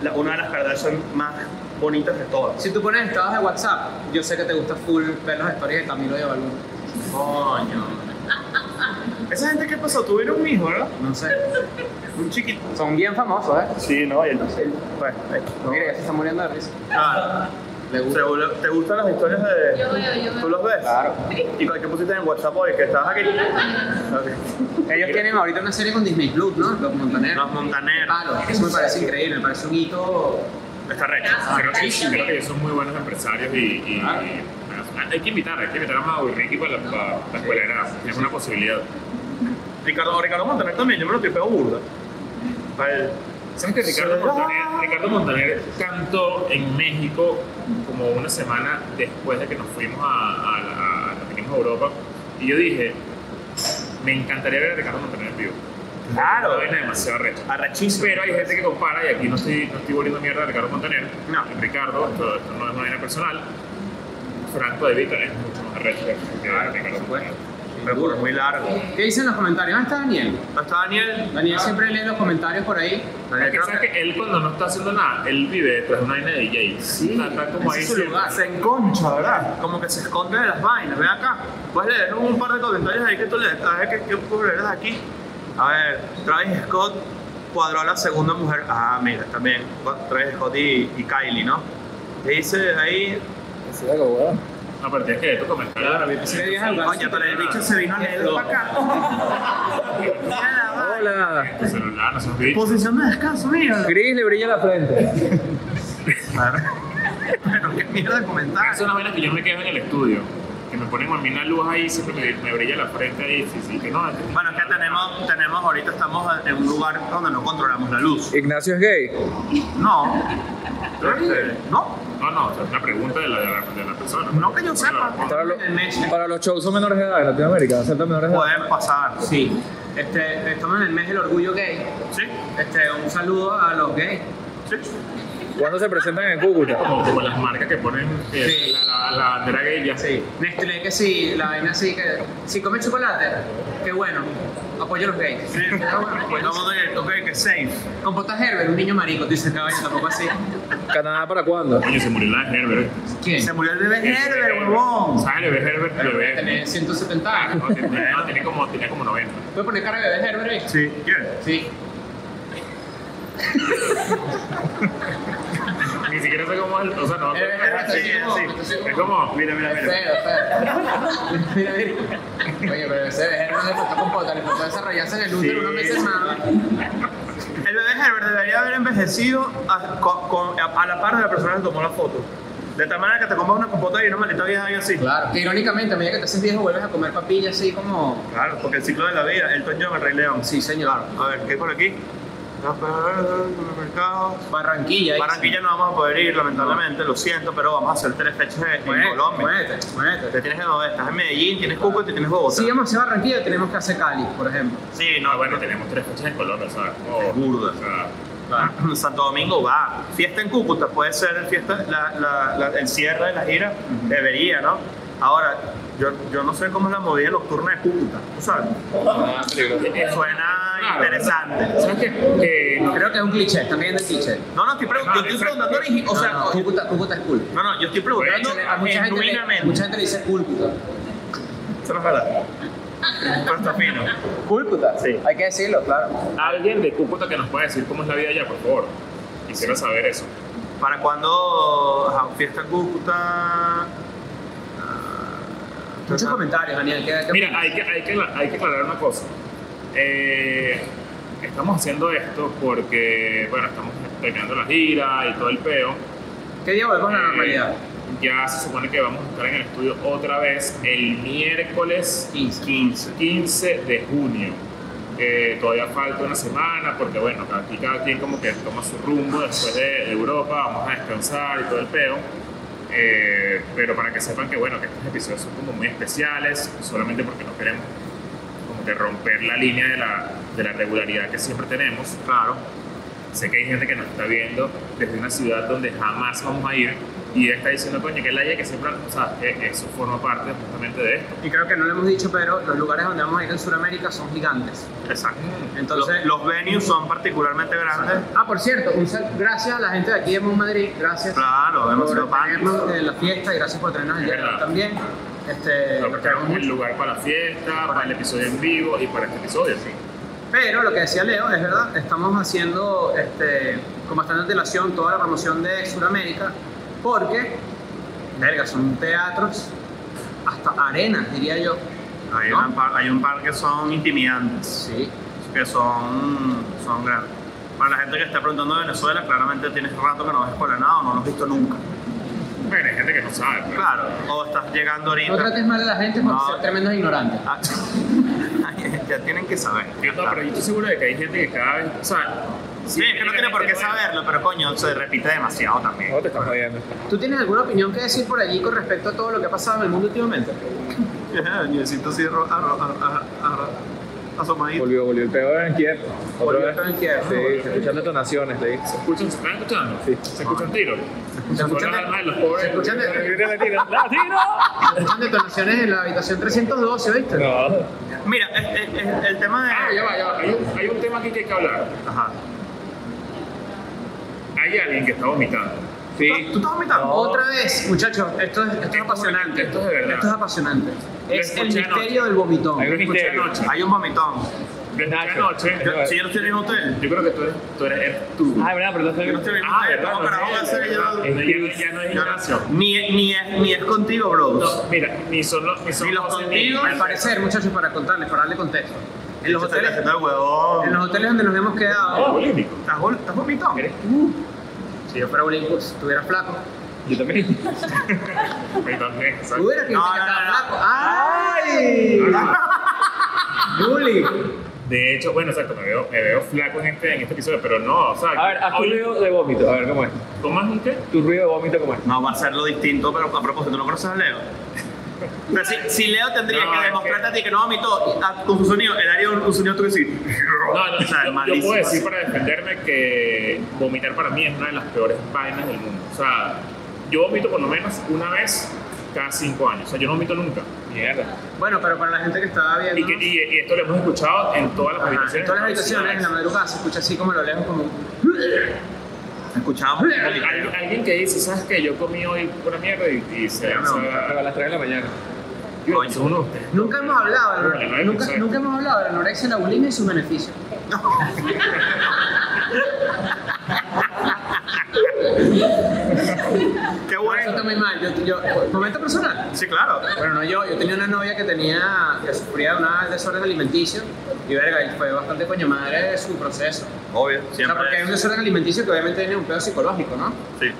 [SPEAKER 2] la- una de las Kardashian más bonitas de todas.
[SPEAKER 3] Si tú pones estados de WhatsApp, yo sé que te gusta full ver las historias de Camilo de Balú.
[SPEAKER 2] Coño. Esa gente que pasó, tuvieron un hijo, ¿verdad?
[SPEAKER 3] No sé.
[SPEAKER 2] Un chiquito.
[SPEAKER 3] Son bien famosos, ¿eh?
[SPEAKER 2] Sí, no, y él no sé. Bueno, ahí está.
[SPEAKER 3] Mira, ya se está muriendo de risa.
[SPEAKER 2] Claro.
[SPEAKER 3] Le gusta.
[SPEAKER 2] Seguro- ¿Te gustan las historias de.?
[SPEAKER 5] Yo veo, yo
[SPEAKER 2] ¿Tú
[SPEAKER 5] veo.
[SPEAKER 2] los ves?
[SPEAKER 3] Claro.
[SPEAKER 2] ¿Y cuál que pusiste en WhatsApp hoy? Que estabas aquí. Ok.
[SPEAKER 3] Ellos tienen ahorita una serie con Disney Club, ¿no? Los Montaneros.
[SPEAKER 2] Los montaneros.
[SPEAKER 3] Claro, eso me parece increíble, me parece un hito.
[SPEAKER 2] Está recho.
[SPEAKER 4] Creo que, creo que ellos son muy buenos empresarios y, y- y- hay que invitar, hay que invitar a Mau y Ricky para la, para la escuela de nada. Es una posibilidad.
[SPEAKER 2] Ricardo, Ricardo Montaner también, yo me lo tripeo burda. Para él.
[SPEAKER 4] ¿Sabes que Ricardo Montaner, Ricardo Montaner cantó en México como una semana después de que nos fuimos a, a, a- nos vinimos a Europa? Y yo dije, me encantaría ver a Ricardo Montaner en vivo. Una
[SPEAKER 2] Claro.
[SPEAKER 4] vaina demasiado recha.
[SPEAKER 2] Arrechísimo.
[SPEAKER 4] Pero hay gente que compara, y aquí no estoy, no estoy volviendo mierda a Ricardo Montaner.
[SPEAKER 2] No.
[SPEAKER 4] Ricardo, esto, esto no es una vaina personal. Franco de Vita es mucho más recho que
[SPEAKER 2] Claro, por
[SPEAKER 4] Ricardo Montaner.
[SPEAKER 2] supuesto. Pero bueno, muy largo.
[SPEAKER 3] ¿Qué dicen los comentarios? Ah, está Daniel.
[SPEAKER 2] ¿No está Daniel?
[SPEAKER 3] Daniel siempre lee los comentarios por ahí.
[SPEAKER 2] Daniel,
[SPEAKER 4] Porque
[SPEAKER 2] creo
[SPEAKER 4] sabes
[SPEAKER 2] que-
[SPEAKER 4] que él cuando no está haciendo nada, él vive detrás de una vaina de DJ.
[SPEAKER 3] Sí,
[SPEAKER 4] Está- está como
[SPEAKER 3] ese
[SPEAKER 4] ahí
[SPEAKER 3] es su
[SPEAKER 4] siempre.
[SPEAKER 3] lugar.
[SPEAKER 2] Se enconcha, ¿verdad? Como que se esconde de las vainas. Ven acá. Puedes leer un par de comentarios ahí que tú lees. A ver qué, qué leerás aquí. A ver, Travis Scott cuadró a la segunda mujer. Ah, mira, también. Travis Scott y, y Kylie, ¿no? ¿Qué dice ahí?
[SPEAKER 4] No, pero tienes que leer tu comentario.
[SPEAKER 3] Claro, me pensé que ibas a jugar.
[SPEAKER 2] Coño, pero el bicho se vino a leer para acá.
[SPEAKER 4] Tu celular, no seas bicho.
[SPEAKER 2] Posición de descanso, mira.
[SPEAKER 6] Gris le brilla la frente.
[SPEAKER 2] Pero qué mierda de
[SPEAKER 4] Esas son
[SPEAKER 2] comentario.
[SPEAKER 4] las vainas que yo me quedo en el estudio. Que me ponen a mí una luz ahí, siempre me, me brilla la frente ahí. Sí, sí, que no. este-
[SPEAKER 2] Bueno, es que tenemos, tenemos ahorita estamos en un lugar donde no controlamos la luz.
[SPEAKER 6] Ignacio es gay.
[SPEAKER 2] No. Este, No.
[SPEAKER 4] No, no, o sea, es una pregunta de la, de la, de la persona.
[SPEAKER 2] No que yo sepa.
[SPEAKER 6] Para, lo-
[SPEAKER 3] En el mes.
[SPEAKER 6] para los shows son menores de edad en Latinoamérica. Aceptan menores de edad.
[SPEAKER 2] Pueden pasar.
[SPEAKER 3] Sí. Este, estamos en el mes del orgullo gay.
[SPEAKER 2] Sí.
[SPEAKER 3] Este, un saludo a los gays.
[SPEAKER 2] Sí.
[SPEAKER 6] ¿Cuándo se presentan en Cúcuta?
[SPEAKER 4] Como, como las marcas que ponen eh,
[SPEAKER 3] Sí.
[SPEAKER 4] la, la, la bandera gay ya.
[SPEAKER 3] Sí. Nestlé que sí, la vaina sí, que si comes chocolate, qué bueno. Apoyo a los gays.
[SPEAKER 2] Sí.
[SPEAKER 3] Ah, bueno,
[SPEAKER 2] Pues
[SPEAKER 3] bueno.
[SPEAKER 2] vamos de, ok, que safe.
[SPEAKER 3] Compotas Herbert, un niño marico, tú dices caballo, tampoco así.
[SPEAKER 6] ¿Canadá para cuándo?
[SPEAKER 4] Coño, se murió la de Herbert.
[SPEAKER 3] ¿Quién?
[SPEAKER 2] Se murió el bebé Herbert,
[SPEAKER 4] huevón.
[SPEAKER 2] huevón.
[SPEAKER 4] ¿Sabes? El bebé Herbert, el
[SPEAKER 3] Debe
[SPEAKER 4] bebé.
[SPEAKER 3] tener 170 años.
[SPEAKER 4] No, tenía, no, tenía como, tenía como 90.
[SPEAKER 3] Voy a poner cara de bebé Herbert ahí.
[SPEAKER 2] Sí. ¿Quién?
[SPEAKER 3] Sí.
[SPEAKER 4] Ni siquiera sé cómo es. el- O sea, no me
[SPEAKER 3] Herbert
[SPEAKER 4] acuerdo.
[SPEAKER 3] Herbert así como-
[SPEAKER 2] sí,
[SPEAKER 3] así
[SPEAKER 4] Es
[SPEAKER 3] como-
[SPEAKER 4] como.
[SPEAKER 2] Mira, mira,
[SPEAKER 3] Feo,
[SPEAKER 2] mira.
[SPEAKER 3] feo. Mira, mira. Oye, pero ese bebé Herbert le faltó compota, le faltó desarrollarse en el útero unos meses más.
[SPEAKER 2] El bebé Herbert debería haber envejecido a, con- con- a la par de la persona que tomó la foto. De tal manera que te compras una compota y una maleta vieja y así.
[SPEAKER 3] Claro. Que irónicamente, a medida que te haces viejo, vuelves a comer papilla así como.
[SPEAKER 2] Claro, porque el ciclo de la vida, Elton John, el Rey León.
[SPEAKER 3] Sí, señor.
[SPEAKER 2] A ver, ¿qué hay por aquí? Los mercados.
[SPEAKER 3] Barranquilla. ahí
[SPEAKER 2] Barranquilla no vamos a poder ir, lamentablemente, lo siento, pero vamos a hacer tres fechas en
[SPEAKER 3] sí. Muévete,
[SPEAKER 2] Colombia.
[SPEAKER 3] muévete, muévete.
[SPEAKER 2] Te tienes en Nove- estás en Medellín, tienes Cúcuta y tienes Bogotá.
[SPEAKER 3] Si vamos a Barranquilla, tenemos que hacer Cali, por ejemplo.
[SPEAKER 2] Sí,
[SPEAKER 4] No,
[SPEAKER 2] no,
[SPEAKER 4] ah, bueno, tenemos tres fechas en Colombia, o sea, como-
[SPEAKER 2] Es burda.
[SPEAKER 4] o sea,
[SPEAKER 2] Santo Domingo va. Fiesta en Cúcuta puede ser fiesta, la, la- la- el cierre de la gira, debería, ¿no? Ahora, yo, yo no sé cómo es la movida nocturna de Cúcuta, o sea,
[SPEAKER 6] Ah, peligroso.
[SPEAKER 2] suena
[SPEAKER 4] Claro.
[SPEAKER 2] interesante.
[SPEAKER 4] eh, ¿Sabes qué? Que no-
[SPEAKER 3] Creo que es un cliché, también es un cliché.
[SPEAKER 2] No, no, estoy, pregun-
[SPEAKER 4] No,
[SPEAKER 2] yo estoy
[SPEAKER 4] exacto.
[SPEAKER 2] preguntando, origi- o sea,
[SPEAKER 3] no, no,
[SPEAKER 2] oye,
[SPEAKER 3] Cúcuta, Cúcuta es cool.
[SPEAKER 2] no, no, yo estoy preguntando
[SPEAKER 3] A mucha gente, le, mucha
[SPEAKER 2] genuinamente.
[SPEAKER 3] gente le dice Cúlcuta.
[SPEAKER 2] Eso no es verdad. Pero está fino.
[SPEAKER 3] ¿Cúlcuta?
[SPEAKER 2] Sí.
[SPEAKER 3] Hay que decirlo, claro.
[SPEAKER 4] alguien de Cúcuta que nos pueda decir cómo es la vida allá, por favor. Quisiera saber eso.
[SPEAKER 2] ¿Para cuándo ajá, fiesta en Cúcuta? Ah,
[SPEAKER 3] Muchos comentarios, Daniel. ¿qué- qué-
[SPEAKER 4] Mira, hay que, hay que, hay que aclarar una cosa. Eh, estamos haciendo esto porque, bueno, estamos terminando la gira y todo el peo.
[SPEAKER 3] ¿Qué día volvemos a la normalidad?
[SPEAKER 4] Eh, ya se supone que vamos a estar en el estudio otra vez el miércoles
[SPEAKER 3] 15.
[SPEAKER 2] 15.
[SPEAKER 4] 15 de junio. Eh, todavía falta una semana porque, bueno, aquí cada quien como que toma su rumbo después de Europa, vamos a descansar y todo el peo. Eh, pero para que sepan que, bueno, que estos episodios son como muy especiales, solamente porque no queremos como que romper la línea de la, de la regularidad que siempre tenemos. Claro. Sé que hay gente que nos está viendo desde una ciudad donde jamás vamos a ir y está diciendo, coño, que la haya que siempre, o sea, que eso forma parte justamente de esto.
[SPEAKER 3] Y creo que no lo hemos dicho, pero los lugares donde vamos a ir en Sudamérica son gigantes.
[SPEAKER 2] Exacto.
[SPEAKER 4] Mm.
[SPEAKER 3] Entonces-
[SPEAKER 2] los, los venues son particularmente grandes.
[SPEAKER 3] Ah, por cierto, un sal- gracias a la gente de aquí de Mon Madrid, gracias
[SPEAKER 2] Claro, hemos sido
[SPEAKER 3] por tenernos
[SPEAKER 2] pan.
[SPEAKER 3] en la fiesta y gracias por tenernos el día de hoy
[SPEAKER 4] Verdad.
[SPEAKER 3] también. Este,
[SPEAKER 4] Claro,
[SPEAKER 3] los
[SPEAKER 4] porque
[SPEAKER 3] queremos
[SPEAKER 4] tenemos el
[SPEAKER 3] mucho.
[SPEAKER 4] lugar para la fiesta, para el episodio en vivo y para este episodio.
[SPEAKER 3] Pero lo que decía Leo es verdad, estamos haciendo este, con bastante antelación toda la promoción de Sudamérica porque, verga, son teatros, hasta arenas, diría yo.
[SPEAKER 2] Hay,
[SPEAKER 3] ¿no?
[SPEAKER 2] una par- hay un par que son intimidantes,
[SPEAKER 3] Sí.
[SPEAKER 2] que son, son grandes. Para la gente que está preguntando de Venezuela, claramente tienes rato que no ves por nada o no lo has visto nunca.
[SPEAKER 4] Bueno, hay gente que no sabe. pero-
[SPEAKER 2] Claro, o estás llegando ahorita.
[SPEAKER 3] No trates mal a la gente porque
[SPEAKER 2] No.
[SPEAKER 3] son tremendos ignorantes.
[SPEAKER 2] Ah, ya tienen que saber.
[SPEAKER 4] Yo, no, pero yo estoy seguro de que hay gente que cada vez. O sea,
[SPEAKER 2] Sí, es que no tiene por qué saberlo, pero coño, se repite demasiado también.
[SPEAKER 6] No Oh, te estás jodiendo.
[SPEAKER 3] ¿Tú tienes alguna opinión que decir por allí con respecto a todo lo que ha pasado en el mundo últimamente?
[SPEAKER 2] Necesito así arro- arro- arro- arro- asomadito.
[SPEAKER 6] Volvió, volvió el peor en Kiev.
[SPEAKER 3] Volvió
[SPEAKER 6] Otra
[SPEAKER 3] el
[SPEAKER 6] vez.
[SPEAKER 3] peor en Kiev.
[SPEAKER 6] Sí, se escuchan detonaciones, le
[SPEAKER 4] ¿Se escuchan? ¿Se están escuchando?
[SPEAKER 6] Sí.
[SPEAKER 4] ¿Se escuchan tiros?
[SPEAKER 3] ¿Se escuchan
[SPEAKER 4] Son las
[SPEAKER 3] de-
[SPEAKER 4] almas de los pobres.
[SPEAKER 3] se escuchan de-
[SPEAKER 6] ¡Latino!
[SPEAKER 3] Escuchan detonaciones en la habitación 312, ¿viste?
[SPEAKER 6] No.
[SPEAKER 2] Mira, es- es- es- el tema de.
[SPEAKER 4] Ah, ya va, ya va. Hay un, hay un tema aquí que hay que hablar.
[SPEAKER 2] Ajá.
[SPEAKER 4] Hay alguien que está vomitando.
[SPEAKER 2] ¿Tú, tú estás vomitando?
[SPEAKER 3] Otra vez, muchachos, esto es, esto es apasionante.
[SPEAKER 4] esto es de verdad.
[SPEAKER 3] Esto es apasionante. Es el
[SPEAKER 4] escuché anoche.
[SPEAKER 3] misterio del vomitón.
[SPEAKER 6] Hay un
[SPEAKER 4] Escuché
[SPEAKER 6] misterio.
[SPEAKER 4] anoche.
[SPEAKER 2] Hay un vomitón.
[SPEAKER 4] Lo escuché
[SPEAKER 6] Nacho.
[SPEAKER 4] anoche.
[SPEAKER 2] Yo- si yo no estoy en un hotel.
[SPEAKER 4] Yo creo que tú eres tú. Eres, eres tú.
[SPEAKER 6] Ah, verdad, pero no
[SPEAKER 2] Yo no estoy en un hotel. ¿Cómo carajo voy a hacer yo?
[SPEAKER 4] Ya no- ya no es
[SPEAKER 2] Yo-
[SPEAKER 4] Ignacio.
[SPEAKER 2] Ni, ni, es, ni es contigo, bros.
[SPEAKER 4] No, mira, ni son los. Ni, son
[SPEAKER 2] Ni los
[SPEAKER 4] José,
[SPEAKER 2] contigo,
[SPEAKER 3] Al parecer, muchachos, para contarles, para darle contexto. En los
[SPEAKER 2] Yo estoy
[SPEAKER 3] hoteles,
[SPEAKER 2] haciendo el huevón.
[SPEAKER 3] en los hoteles donde nos hemos
[SPEAKER 4] Ah,
[SPEAKER 6] Oh,
[SPEAKER 3] quedado,
[SPEAKER 4] bulímico.
[SPEAKER 2] ¿Estás, vol- estás vomitón?
[SPEAKER 4] Eres
[SPEAKER 3] si yo fuera bulímico, estuviera flaco.
[SPEAKER 6] Yo también.
[SPEAKER 4] Ahí también, exacto.
[SPEAKER 3] Tú hubieras que
[SPEAKER 2] No, no,
[SPEAKER 3] dijiste que estaba
[SPEAKER 2] no.
[SPEAKER 3] flaco. ¡Ay! ¡Bully!
[SPEAKER 4] De hecho, bueno, exacto, me veo, me veo flaco en este, en este episodio, pero no, o sea,
[SPEAKER 6] A ver, haz tu
[SPEAKER 4] hoy-
[SPEAKER 6] ruido de vómito. A ver, ¿cómo es?
[SPEAKER 4] ¿tomas un té?
[SPEAKER 6] Tu ruido de vómito, ¿cómo es?
[SPEAKER 2] No, va a ser lo distinto, pero a propósito, ¿tú no conoces a Leo? Pero si, si Leo tendría
[SPEAKER 4] No,
[SPEAKER 2] que
[SPEAKER 4] es
[SPEAKER 2] demostrarte
[SPEAKER 4] que-
[SPEAKER 2] a ti que no vomitó, a- con su sonido, el área con su sonido tú decís.
[SPEAKER 4] No, no,
[SPEAKER 2] o sea,
[SPEAKER 4] yo- yo,
[SPEAKER 2] malísimo.
[SPEAKER 4] puedo decir para defenderme que vomitar para mí es una de las peores vainas del mundo. O sea, yo vomito por lo menos una vez cada cinco años. O sea, yo no vomito nunca.
[SPEAKER 6] Mierda.
[SPEAKER 3] Bueno, pero para la gente que estaba viendo.
[SPEAKER 4] Y, que- y- y esto lo hemos escuchado en todas las
[SPEAKER 3] Ajá,
[SPEAKER 4] habitaciones.
[SPEAKER 3] Ah, en todas las habitaciones, en la madrugada, se escucha así como a lo lejos, como.
[SPEAKER 2] Escuchábamos.
[SPEAKER 4] Al- al- alguien que dice, ¿sabes qué? Yo comí hoy pura mierda y, y se
[SPEAKER 3] Ya no,
[SPEAKER 4] lanza-
[SPEAKER 6] A las 3 de la mañana.
[SPEAKER 4] Yo, eso es uno de ustedes.
[SPEAKER 3] Nunca hemos hablado,
[SPEAKER 4] Bueno,
[SPEAKER 3] de
[SPEAKER 4] no
[SPEAKER 3] la
[SPEAKER 4] hay
[SPEAKER 3] nunca,
[SPEAKER 4] concepto.
[SPEAKER 3] nunca hemos hablado de la anorexia, la bulimia y sus beneficios.
[SPEAKER 2] Qué
[SPEAKER 3] Bueno, Ah, eso
[SPEAKER 2] bueno.
[SPEAKER 3] está muy mal. Yo, yo, momento personal.
[SPEAKER 2] Sí, claro.
[SPEAKER 3] Bueno, no yo. Yo tenía una novia que tenía que sufría de un desorden alimenticio y verga, y fue bastante coño madre su proceso.
[SPEAKER 2] Obvio,
[SPEAKER 3] o sea, porque
[SPEAKER 2] siempre.
[SPEAKER 3] hay un
[SPEAKER 2] es.
[SPEAKER 3] desorden alimenticio que obviamente tiene un pedo psicológico, ¿no?
[SPEAKER 2] Sí.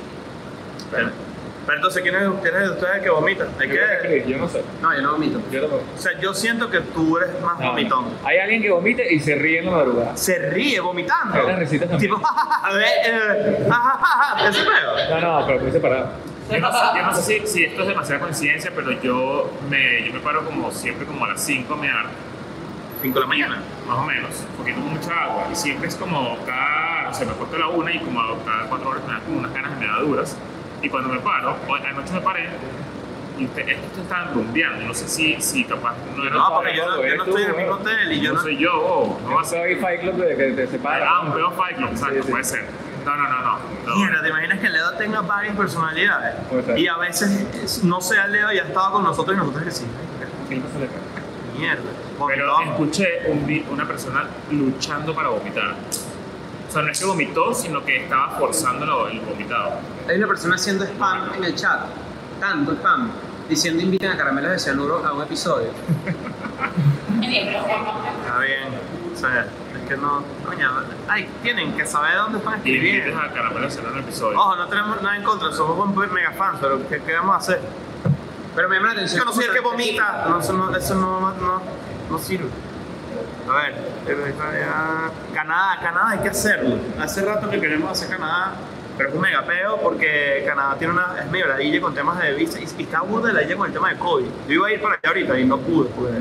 [SPEAKER 2] Pero- Pero entonces, ¿quién es de ustedes, de ustedes el que vomita? Hay
[SPEAKER 6] Yo creo que
[SPEAKER 2] que...
[SPEAKER 6] Chris, Yo no sé.
[SPEAKER 3] No, yo no vomito.
[SPEAKER 6] Yo tampoco.
[SPEAKER 2] O sea, yo siento que tú eres más
[SPEAKER 6] No, no.
[SPEAKER 2] vomitón.
[SPEAKER 6] Hay alguien que vomite y se ríe en la madrugada.
[SPEAKER 2] Se ríe vomitando.
[SPEAKER 6] Las risitas también.
[SPEAKER 2] Tipo, a ver, eh, ja, ja, ja, ja, ese pedo.
[SPEAKER 6] No, no, pero muy separado.
[SPEAKER 4] Yo no sé, yo no sé si, si esto es demasiada coincidencia, pero yo me, yo me paro como siempre como a las 5 me mear,
[SPEAKER 2] 5 de la mañana.
[SPEAKER 4] más o menos, porque tomo mucha agua. Y siempre es como cada, no sé, me acuesto a la una y como a- cada 4 horas me dan como unas ganas de mear duras. Y cuando me paro, o anoche me paré, y usted, es que ustedes estaban rumbeando, no sé si, si capaz no era
[SPEAKER 2] No, porque yo
[SPEAKER 6] no,
[SPEAKER 2] no, yo
[SPEAKER 6] eres
[SPEAKER 2] no
[SPEAKER 6] tú,
[SPEAKER 2] estoy en el mismo
[SPEAKER 6] weón.
[SPEAKER 2] hotel y yo no.
[SPEAKER 4] soy yo, oh, no va a ser.
[SPEAKER 6] Soy Fight Club de que te separa.
[SPEAKER 4] Ah, un pedo Fight Club, exacto,
[SPEAKER 6] Sí, sí.
[SPEAKER 4] puede ser. No, no, no, no. no.
[SPEAKER 2] Mierda, ¿te imaginas que Leo tenga varias personalidades?
[SPEAKER 6] Puede ser.
[SPEAKER 2] Y a veces es- no sea Leo y ha estado con nosotros y nosotros que sí.
[SPEAKER 6] Siempre se le cae.
[SPEAKER 2] Mierda.
[SPEAKER 4] Pero
[SPEAKER 2] vomitón.
[SPEAKER 4] escuché un vi- una persona luchando para vomitar. O sea, no es que vomitó, sino que estaba forzándolo el vomitado.
[SPEAKER 3] Hay una persona haciendo spam en el chat, tanto spam, diciendo inviten a caramelos de cianuro a un episodio.
[SPEAKER 2] Está bien. O sea, es que no. Coño, ay, tienen que saber dónde están
[SPEAKER 4] Y invites
[SPEAKER 2] escribiendo.
[SPEAKER 4] a Caramelo a hacer un episodio.
[SPEAKER 2] Ojo, no tenemos nada en contra, somos buen- mega fans, pero ¿qué, qué vamos a hacer?
[SPEAKER 3] Pero me llama la
[SPEAKER 2] Yo
[SPEAKER 3] atención.
[SPEAKER 2] no soy el que vomita. No, eso no, eso no, no, no sirve. A ver, eh, eh, Canadá, Canadá hay que hacerlo. Hace rato que queremos hacer Canadá, pero es un megapeo porque Canadá tiene una, es mi bradilla con temas de visa y, y está burda de la idea con el tema de COVID. Yo iba a ir para allá ahorita y no pude porque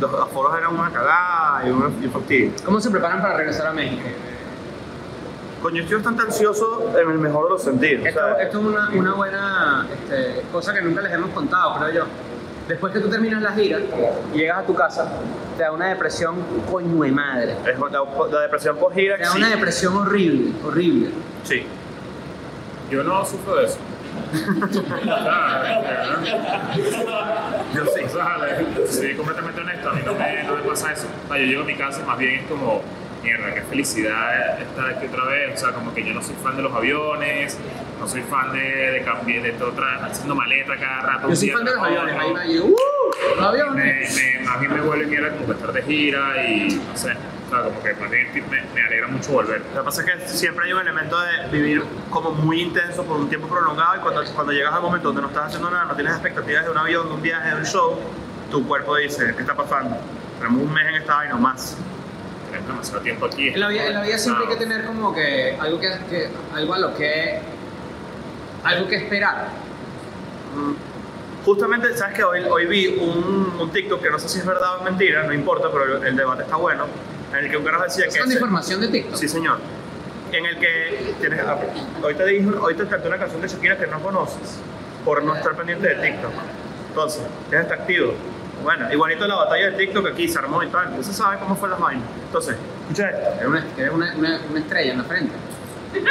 [SPEAKER 2] los aforos eran una cagada y una y fastidio.
[SPEAKER 3] ¿Cómo se preparan para regresar a México?
[SPEAKER 2] Coño, estoy bastante ansioso en el mejor de los sentidos. o
[SPEAKER 3] Esto,
[SPEAKER 2] sea,
[SPEAKER 3] esto es una, una buena este, cosa que nunca les hemos contado, creo yo. Después que tú terminas la gira y llegas a tu casa, te da una depresión coño de madre.
[SPEAKER 2] es la, la depresión post gira.
[SPEAKER 3] Te da una depresión horrible, horrible.
[SPEAKER 2] sí.
[SPEAKER 4] Yo no sufro de eso.
[SPEAKER 2] Yo sí.
[SPEAKER 4] O sea, le- soy completamente honesto, a mí no me, no me pasa eso. O sea, yo llego a mi casa y más bien es como, mierda, qué felicidad estar aquí otra vez. O sea, como que yo no soy fan de los aviones, no soy fan de, de cambiar, de todo, tra- haciendo maleta cada rato.
[SPEAKER 3] Yo
[SPEAKER 4] un
[SPEAKER 3] soy
[SPEAKER 4] día
[SPEAKER 3] fan de los
[SPEAKER 4] tras otro.
[SPEAKER 3] aviones, ahí me llego, ¡uh! Los
[SPEAKER 4] me,
[SPEAKER 3] aviones.
[SPEAKER 4] me, más bien me vuelve mierda como que estar de gira y no sé, o sea, como que más bien me, me alegra mucho volver.
[SPEAKER 2] Lo que pasa es que siempre hay un elemento de vivir como muy intenso por un tiempo prolongado y cuando, cuando llegas al momento donde no estás haciendo nada, no tienes expectativas de un avión, de un viaje, de un show, tu cuerpo dice, ¿qué está pasando? Tenemos un mes en esta vaina o más.
[SPEAKER 4] Tenemos demasiado tiempo aquí.
[SPEAKER 3] En la vida, en la vida siempre hay que
[SPEAKER 4] Nada.
[SPEAKER 3] tener como que algo que, que- algo a lo que algo que esperar.
[SPEAKER 2] Mm. Justamente, ¿sabes que Hoy, hoy vi un, un TikTok que no sé si es verdad o es mentira, no importa, pero el, el debate está bueno, en el que un carajo decía que...
[SPEAKER 3] Es una
[SPEAKER 2] ese-
[SPEAKER 3] información de TikTok.
[SPEAKER 2] Sí, señor. En el que tienes. ah, Hoy te, dije, hoy te canté una canción de Shakira que no conoces por no estar pendiente de TikTok. Entonces, tienes que estar activo. Bueno, igualito la batalla de TikTok aquí se armó y tal. Usted sabe cómo fue las vainas. Entonces, escucha esto.
[SPEAKER 3] Era una, era una, una- una estrella en la frente.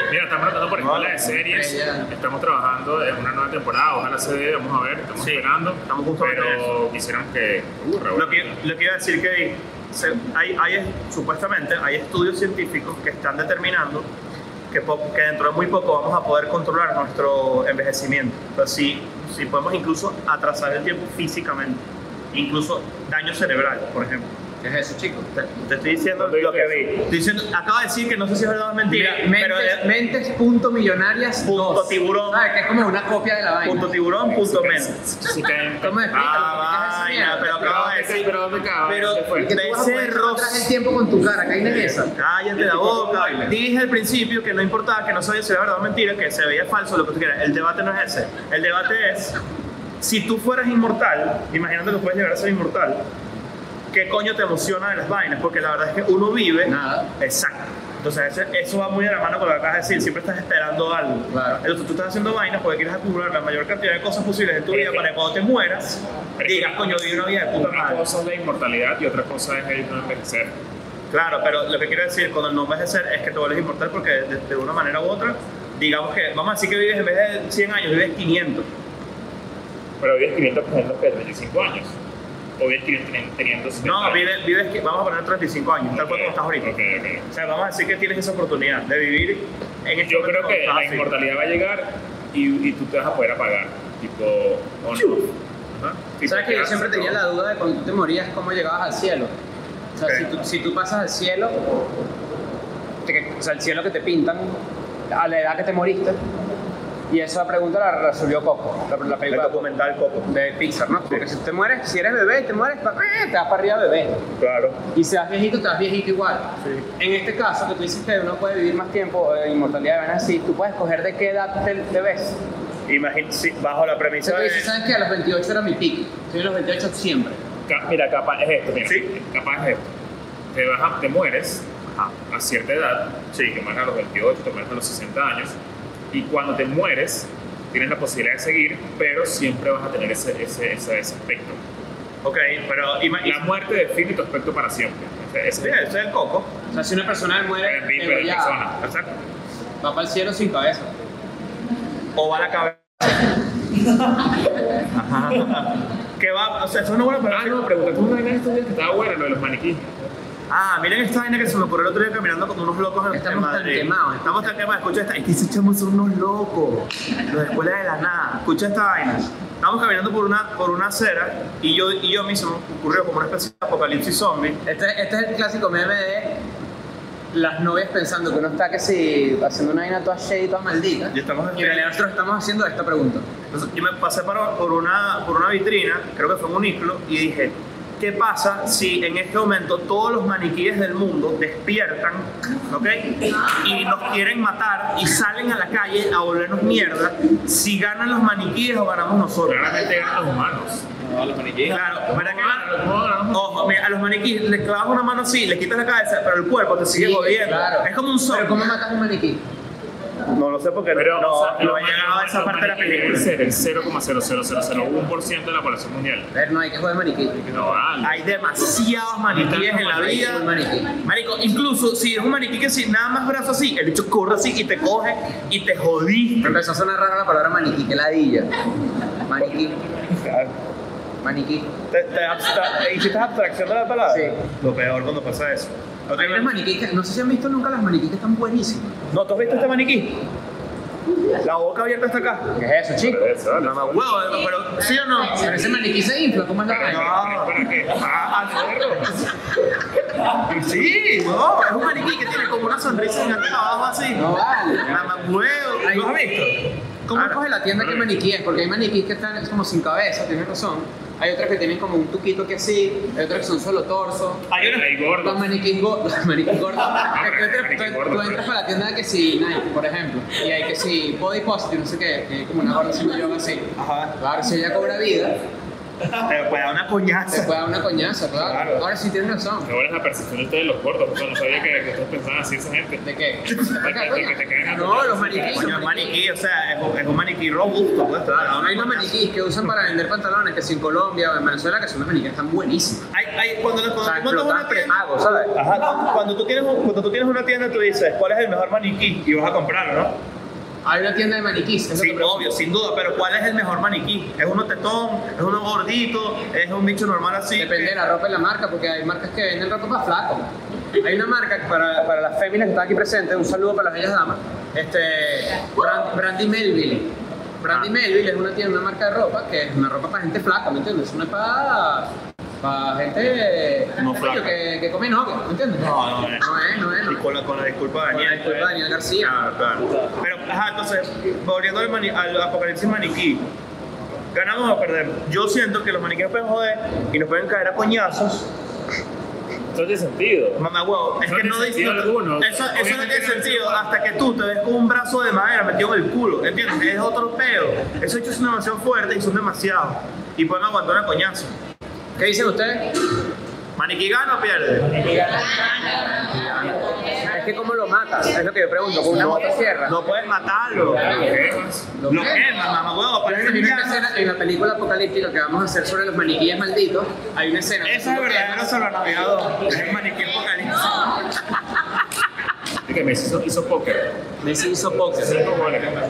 [SPEAKER 4] Mira, estamos tratando por escuela de series,
[SPEAKER 3] Ella-
[SPEAKER 4] estamos trabajando en una nueva temporada, ojalá se dé, vamos a ver, estamos
[SPEAKER 2] Sí,
[SPEAKER 4] esperando.
[SPEAKER 2] estamos justo en
[SPEAKER 4] Pero quisiéramos que ocurra.
[SPEAKER 2] Lo
[SPEAKER 4] bueno.
[SPEAKER 2] que, lo que iba a decir que se- hay, hay- supuestamente hay estudios científicos que están determinando que, po- que dentro de muy poco vamos a poder controlar nuestro envejecimiento. O sea, si, si podemos incluso atrasar el tiempo físicamente, incluso daño cerebral, por ejemplo.
[SPEAKER 3] ¿Qué es eso, chicos?
[SPEAKER 2] Te, te estoy diciendo
[SPEAKER 4] ¿Dónde
[SPEAKER 2] lo que
[SPEAKER 4] dice
[SPEAKER 2] vi. Estoy diciendo, acabo de decir que no sé si es verdad o es mentira, pero de-
[SPEAKER 3] mentes, mentes punto millonarias
[SPEAKER 2] Punto
[SPEAKER 3] dos.
[SPEAKER 2] tiburón.
[SPEAKER 3] ¿Sabes? Que es como una copia de la vaina.
[SPEAKER 2] punto tiburón, punto
[SPEAKER 4] Si te-
[SPEAKER 2] menos.
[SPEAKER 4] si te-
[SPEAKER 3] ¿Cómo es?
[SPEAKER 2] Ah,
[SPEAKER 3] ¿Qué es esa
[SPEAKER 2] vaina,
[SPEAKER 3] mierda?
[SPEAKER 2] pero acabo de decir.
[SPEAKER 4] Pero ¿dónde cabe?
[SPEAKER 2] Pero-
[SPEAKER 4] ¿Dónde fue?
[SPEAKER 3] Y que tú vas a poder
[SPEAKER 2] becerros.
[SPEAKER 3] atrás el tiempo con tu cara, que hay de esa.
[SPEAKER 2] Cállate la boca. Dije al principio que no importaba, que no sabía si era verdad o mentira, que se veía falso, lo que tú quieras. El debate no es ese. El debate es, si tú fueras inmortal, imaginando que puedes llegar a ser inmortal, ¿qué coño te emociona de las vainas? Porque la verdad es que uno vive...
[SPEAKER 3] Nada.
[SPEAKER 2] Exacto. Entonces ese- eso va muy de la mano con lo que acabas de decir. Siempre estás esperando algo.
[SPEAKER 3] Claro.
[SPEAKER 2] Entonces tú estás haciendo vainas porque quieres acumular la mayor cantidad de cosas posibles en tu
[SPEAKER 4] Es
[SPEAKER 2] vida
[SPEAKER 4] que-
[SPEAKER 2] para que cuando te mueras
[SPEAKER 4] Es que-
[SPEAKER 2] digas, coño, viví una vida de puta
[SPEAKER 4] Una
[SPEAKER 2] madre.
[SPEAKER 4] cosa es la inmortalidad y otra cosa es el no envejecer.
[SPEAKER 2] Claro, pero lo que quiero decir cuando no envejecer es que te vuelves inmortal porque de, de una manera u otra, digamos que, vamos a decir que vives en vez de 100 años, vives 500.
[SPEAKER 4] Pero vives 500 teniendo que 35 años. O vives 500 teniendo 70
[SPEAKER 2] No,
[SPEAKER 4] años.
[SPEAKER 2] vives, vives que- vamos a poner 35 años, tal cual como estás ahorita.
[SPEAKER 4] Ok, ok.
[SPEAKER 2] O sea, vamos a decir que tienes esa oportunidad de vivir en este
[SPEAKER 4] Yo
[SPEAKER 2] momento
[SPEAKER 4] creo
[SPEAKER 2] como
[SPEAKER 4] que
[SPEAKER 2] estás
[SPEAKER 4] la
[SPEAKER 2] así.
[SPEAKER 4] inmortalidad va a llegar y, y tú te vas a poder apagar. Tipo, on off. Ajá. Tipo,
[SPEAKER 3] ¿Sabes que yo
[SPEAKER 4] quedas-
[SPEAKER 3] siempre tenía la duda de cuando tú te morías, cómo llegabas al cielo? O sea,
[SPEAKER 2] Ok.
[SPEAKER 3] si, tú, si tú pasas al cielo, te- o sea, el cielo que te pintan a la edad que te moriste, Y esa pregunta la resolvió Coco, la, la
[SPEAKER 2] El
[SPEAKER 3] película
[SPEAKER 2] documental Coco.
[SPEAKER 3] de Pixar, ¿no? Porque si te mueres, si eres bebé, te mueres, pa- eh, te vas para arriba bebé.
[SPEAKER 2] Claro.
[SPEAKER 3] Y seas viejito, te vas viejito igual. En este caso, que tú dices que uno puede vivir más tiempo, eh, inmortalidad, ¿verdad? Sí, tú puedes escoger de qué edad te, te ves.
[SPEAKER 2] Imagín- sí, bajo la
[SPEAKER 3] O sea, eh,
[SPEAKER 2] premisa
[SPEAKER 3] tú
[SPEAKER 2] de...
[SPEAKER 3] dices, ¿sabes qué? A los 28 era mi pico. Soy a los 28 siempre.
[SPEAKER 4] Ca- Mira, capaz es esto, mira.
[SPEAKER 2] Sí.
[SPEAKER 4] Capaz es esto. Te, vas a- te mueres
[SPEAKER 2] Ajá.
[SPEAKER 4] a cierta edad,
[SPEAKER 2] Sí.
[SPEAKER 4] te mueres a los 28, te mueres a los 60 años, y cuando te mueres, tienes la posibilidad de seguir, pero siempre vas a tener ese, ese, ese, ese aspecto.
[SPEAKER 2] Ok, pero
[SPEAKER 4] La
[SPEAKER 2] imagínate...
[SPEAKER 4] muerte define tu aspecto para siempre. Ese- ese-
[SPEAKER 2] Ese es el Coco.
[SPEAKER 3] O sea, si una persona muere,
[SPEAKER 4] Pero en vivo,
[SPEAKER 3] pero
[SPEAKER 4] en
[SPEAKER 3] ya,
[SPEAKER 4] persona.
[SPEAKER 2] Exacto.
[SPEAKER 3] va para el cielo sin cabeza.
[SPEAKER 2] O va a la cabeza. Ajá. que va... O sea, eso es una buena
[SPEAKER 4] Ah,
[SPEAKER 2] pregunta.
[SPEAKER 4] no, preguntaste una vaina de estos días que estaba buena, lo de los maniquíes.
[SPEAKER 2] Ah, miren esta vaina que se me ocurrió el otro día caminando con unos locos en-
[SPEAKER 3] Estamos
[SPEAKER 2] en
[SPEAKER 3] tan
[SPEAKER 2] Madrid.
[SPEAKER 3] quemados. ¿eh?
[SPEAKER 2] Estamos tan quemados. Escucha esta. Es que esos chamos son unos locos. Los de escuela de la nada. Escucha esta vaina. Estábamos caminando por una, por una acera y yo, y yo mismo ocurrió como una especie de apocalipsis zombie.
[SPEAKER 3] Este, este es el clásico meme de las novias pensando que uno está que si haciendo una vaina toda shady, toda maldita.
[SPEAKER 2] Y estamos
[SPEAKER 3] Y en realidad nosotros estamos haciendo esta pregunta.
[SPEAKER 2] Entonces, yo me pasé para- por, una, por una vitrina, creo que fue un uniclo, y dije, ¿qué pasa si en este momento todos los maniquíes del mundo despiertan, ¿ok? Y nos quieren matar y salen a la calle a volvernos mierda, si ganan los maniquíes o ganamos nosotros.
[SPEAKER 4] Claramente ganan los humanos.
[SPEAKER 2] Claro, ¿verdad que
[SPEAKER 4] Claro,
[SPEAKER 2] ganan?
[SPEAKER 4] ¿cómo ganamos nosotros?
[SPEAKER 2] Ojo, mira, a los maniquíes les clavas una mano así, les quitas la cabeza, pero el cuerpo te sigue
[SPEAKER 3] Sí,
[SPEAKER 2] jodiendo.
[SPEAKER 3] claro.
[SPEAKER 2] Es como un
[SPEAKER 3] Pero ¿cómo
[SPEAKER 2] zombie.
[SPEAKER 3] matas un maniquí?
[SPEAKER 2] No lo sé porque
[SPEAKER 4] Pero
[SPEAKER 2] no,
[SPEAKER 4] o sea,
[SPEAKER 2] no
[SPEAKER 4] los
[SPEAKER 2] he llegado a
[SPEAKER 4] maniquíes-
[SPEAKER 2] esa
[SPEAKER 4] los
[SPEAKER 2] parte de la
[SPEAKER 4] maniquíes deben
[SPEAKER 2] película.
[SPEAKER 4] ser El 0,00001% de la población mundial.
[SPEAKER 3] A ver, no hay que jugar maniquí.
[SPEAKER 4] No, vale.
[SPEAKER 2] Hay demasiados maniquíes en la vida.
[SPEAKER 3] Un maniquí.
[SPEAKER 2] Marico, incluso si es un maniquí que si nada más brazo así, el bicho corre así y te coge y te jodiste.
[SPEAKER 3] Me empezó a sonar rara la palabra maniquí, que ladilla. Maniquí, maniquí.
[SPEAKER 2] Te, te abstra- hiciste abstracción de la palabra.
[SPEAKER 3] Sí.
[SPEAKER 2] Lo peor cuando pasa eso. Ok,
[SPEAKER 3] Hay unas maniquí que- no sé si han visto nunca las maniquí que están buenísimas.
[SPEAKER 2] ¿No, tú has visto este maniquí? La boca abierta hasta acá.
[SPEAKER 3] ¿Qué es eso, chico?
[SPEAKER 4] Eso, vale.
[SPEAKER 2] Mamá huevo, eh, pero ¿sí o no?
[SPEAKER 3] Pero ese maniquí se infla, ¿cómo es la vaina?
[SPEAKER 2] No.
[SPEAKER 4] ¿Para qué?
[SPEAKER 2] Ah, ah, cerdo. Sí, no, es un maniquí que tiene como una sonrisa en acá abajo así.
[SPEAKER 3] No vale.
[SPEAKER 2] Mamá huevo,
[SPEAKER 3] Ahí-
[SPEAKER 2] ¿lo has visto?
[SPEAKER 3] ¿Cómo
[SPEAKER 2] Ah, no.
[SPEAKER 3] coge la tienda que maniquíes? Porque hay maniquíes que están como sin cabeza, tienes razón. Hay otras que tienen como un tuquito que así, hay otras que son solo torso.
[SPEAKER 2] Hay una-
[SPEAKER 4] Hay gordos.
[SPEAKER 3] Los maniquíes gordos. Los maniquíes gordos. Es que
[SPEAKER 4] pero
[SPEAKER 3] otras-
[SPEAKER 4] maniquí
[SPEAKER 3] tú-
[SPEAKER 4] gordo,
[SPEAKER 3] tú
[SPEAKER 4] pero-
[SPEAKER 3] entras para la tienda de que si Nike, por ejemplo, y hay que si body positive, no sé qué, que hay como una gorda haciendo yoga así.
[SPEAKER 2] Ajá.
[SPEAKER 3] Ahora si ella cobra vida,
[SPEAKER 2] Pero puede dar una
[SPEAKER 3] te
[SPEAKER 2] coñaza.
[SPEAKER 3] puede dar una coñaza, claro.
[SPEAKER 2] Claro.
[SPEAKER 3] Ahora sí tienes razón.
[SPEAKER 4] Ahora es la percepción de ustedes de los gordos, o sea, no sabía que, que ustedes pensaban así esa gente.
[SPEAKER 3] ¿De qué?
[SPEAKER 4] que te caen a
[SPEAKER 3] No,
[SPEAKER 4] coñazos,
[SPEAKER 3] los maniquíes.
[SPEAKER 2] Coño,
[SPEAKER 3] los
[SPEAKER 2] es
[SPEAKER 3] maniquíes.
[SPEAKER 2] maniquí, o sea, es un, es un maniquí robusto, pues.
[SPEAKER 3] Claro, eh. hay los maniquíes que usan para vender pantalones, que si en Colombia o en Venezuela, que son los maniquíes, están buenísimos.
[SPEAKER 2] Hay, hay, cuando, cuando,
[SPEAKER 3] O sea,
[SPEAKER 2] tú montas una
[SPEAKER 3] explotaste de
[SPEAKER 2] tienda,
[SPEAKER 3] mago, ¿sabes?
[SPEAKER 2] Ajá, cuando- cuando, tú tienes un- cuando tú tienes una tienda, tú dices, ¿cuál es el mejor maniquí? Y vas a comprarlo, ¿no?
[SPEAKER 3] Hay una tienda de maniquís. es lo
[SPEAKER 2] Sí,
[SPEAKER 3] que pregunto.
[SPEAKER 2] obvio, sin duda, pero ¿cuál es el mejor maniquí? ¿Es uno tetón? ¿Es uno gordito? ¿Es un bicho normal así?
[SPEAKER 3] Depende de la ropa y la marca, porque hay marcas que venden ropa más flaco. Hay una marca que para, para las féminas que están aquí presentes, un saludo para las bellas damas, este, Brand- Brandy Melville.
[SPEAKER 2] Ah.
[SPEAKER 3] Brandy Melville es una, tienda, una marca de ropa que es una ropa para gente flaca, ¿me entiendes? No es para, para gente
[SPEAKER 2] No
[SPEAKER 3] coño,
[SPEAKER 2] flaca.
[SPEAKER 3] que, que come novia, ¿me entiendes?
[SPEAKER 2] No, no, no.
[SPEAKER 3] No es, no es. No
[SPEAKER 2] Y
[SPEAKER 3] es.
[SPEAKER 2] con la, con la disculpa de
[SPEAKER 3] Con
[SPEAKER 2] Daniel. pues.
[SPEAKER 3] la disculpa de Daniel García.
[SPEAKER 2] Claro, claro. Pero, ajá, entonces, volviendo al, mani- al apocalipsis maniquí, ¿ganamos o perdemos? Yo siento que los maniquíes pueden joder y nos pueden caer a coñazos.
[SPEAKER 4] Eso tiene sentido.
[SPEAKER 2] Mamá, huevo, es
[SPEAKER 4] No
[SPEAKER 2] que
[SPEAKER 4] tiene
[SPEAKER 2] no dice
[SPEAKER 4] sentido alguno.
[SPEAKER 2] Eso, eso no
[SPEAKER 4] Obviamente
[SPEAKER 2] tiene
[SPEAKER 4] no tiene
[SPEAKER 2] sentido hasta que tú te ves con un brazo de madera metido en el culo, ¿entiendes? Es otro peo. Esos hechos son demasiado fuertes y son demasiados. Y pueden aguantar una coñazo.
[SPEAKER 3] ¿Qué dicen ustedes?
[SPEAKER 2] ¿Maniquí gana o pierde?
[SPEAKER 3] Es que cómo lo matas, es lo que yo pregunto, con una motosierra.
[SPEAKER 2] No puedes matarlo. Lo
[SPEAKER 3] Lo
[SPEAKER 2] quemas, mamá, huevo,
[SPEAKER 3] Yo me
[SPEAKER 2] parece
[SPEAKER 3] imagino
[SPEAKER 2] que
[SPEAKER 3] una escena en la película apocalíptica que vamos a hacer sobre los maniquíes malditos. Hay una escena.
[SPEAKER 2] Ese es el verdadero salvanavidador. Es el maniquí apocalipsis.
[SPEAKER 4] Y que Messi hizo, hizo póker.
[SPEAKER 3] Messi hizo póker.
[SPEAKER 4] Cinco goles contra-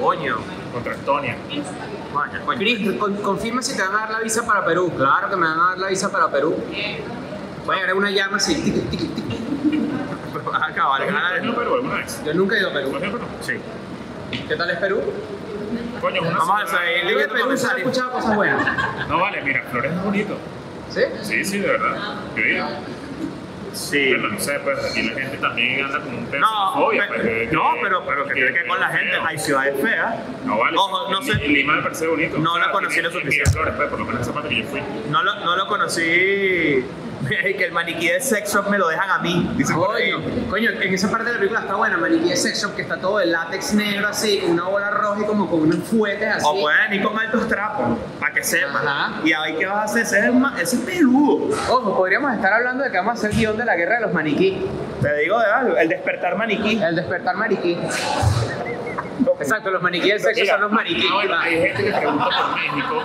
[SPEAKER 2] Coño.
[SPEAKER 4] contra Estonia.
[SPEAKER 2] Vaya, coño.
[SPEAKER 3] Chris, con- confirma si te van a dar la visa para Perú. Claro que me van a dar la visa para Perú. Voy a agarrar una llama así. tiqui, tiqui, tiqui.
[SPEAKER 2] Vas a acabar, ganar
[SPEAKER 4] ¿Has ido a Perú alguna vez?
[SPEAKER 3] Yo nunca he ido a
[SPEAKER 4] ¿Has
[SPEAKER 3] Perú.
[SPEAKER 4] ido a Perú?
[SPEAKER 2] Sí.
[SPEAKER 3] ¿Qué tal es Perú?
[SPEAKER 4] Coño, una
[SPEAKER 2] Vamos a
[SPEAKER 4] ciudad-
[SPEAKER 2] salir
[SPEAKER 3] Yo de Perú solo he escuchado cosas buenas.
[SPEAKER 4] No vale, mira, Flores es bonito.
[SPEAKER 3] ¿Sí?
[SPEAKER 4] Sí, sí, de verdad. Yo he ido.
[SPEAKER 2] Sí.
[SPEAKER 4] Pero no sé, pues aquí la gente también anda con un pedo
[SPEAKER 2] No,
[SPEAKER 4] fobia.
[SPEAKER 2] pe-
[SPEAKER 4] Pues, de- de-
[SPEAKER 2] no, pero, pero que tiene que ver con la
[SPEAKER 4] feo.
[SPEAKER 2] gente. Hay ciudades feas.
[SPEAKER 4] No vale.
[SPEAKER 2] Ojo, no
[SPEAKER 4] Li-
[SPEAKER 2] sé.
[SPEAKER 4] Lima me parece bonito.
[SPEAKER 2] No la
[SPEAKER 4] Ah,
[SPEAKER 2] conocí
[SPEAKER 4] tiene-
[SPEAKER 2] lo
[SPEAKER 4] tiene
[SPEAKER 2] suficiente.
[SPEAKER 4] Miraflores, pues, por lo menos esa parte que yo fui.
[SPEAKER 2] No lo, no lo conocí. Que el maniquí de sex shop me lo dejan a mí. Dice por ahí.
[SPEAKER 3] Coño, coño, en esa parte de la película está buena, maniquí de sex shop, que está todo de látex negro así, una bola roja y como con unos fuetes así.
[SPEAKER 2] O pueden ir con altos trapos, para que sepan.
[SPEAKER 3] Ajá.
[SPEAKER 2] Y ahí que vas a hacer, ese es, el ma- ese es peludo.
[SPEAKER 3] Ojo, podríamos estar hablando de que vamos a hacer guión de la guerra de los maniquí,
[SPEAKER 2] Te digo de algo, el despertar maniquí.
[SPEAKER 3] el despertar maniquí. Exacto, los maniquí de sex shop
[SPEAKER 4] Mira,
[SPEAKER 3] son los maniquí.
[SPEAKER 4] ah, bueno, hay gente que pregunta por México.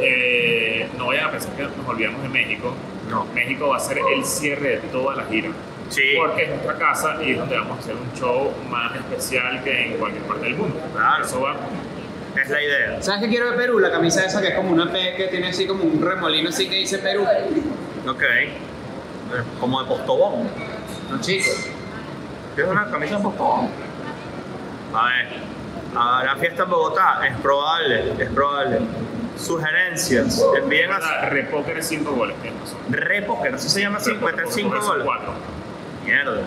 [SPEAKER 4] Eh, no vayan a pensar que nos olvidamos de México.
[SPEAKER 2] No.
[SPEAKER 4] México va a ser el cierre de toda la gira.
[SPEAKER 2] Sí.
[SPEAKER 4] Porque es nuestra casa y es donde vamos a hacer un show más especial que en cualquier parte del mundo.
[SPEAKER 2] Claro.
[SPEAKER 4] Eso va.
[SPEAKER 2] Es la idea.
[SPEAKER 3] ¿Sabes qué quiero de Perú? La camisa esa que es como una P que tiene así como un remolino así que dice Perú.
[SPEAKER 2] Ok. Como de postobón.
[SPEAKER 3] No, chicos.
[SPEAKER 2] Es una camisa de postobón. A ver. Habrá fiesta en Bogotá. Es probable, es probable. Sugerencias. Envíen a
[SPEAKER 4] Repóker es 5 goles. tienes razón.
[SPEAKER 2] Repoker. Así se llama 55
[SPEAKER 4] Repóker son
[SPEAKER 2] goles.
[SPEAKER 4] cuatro.
[SPEAKER 2] Mierda.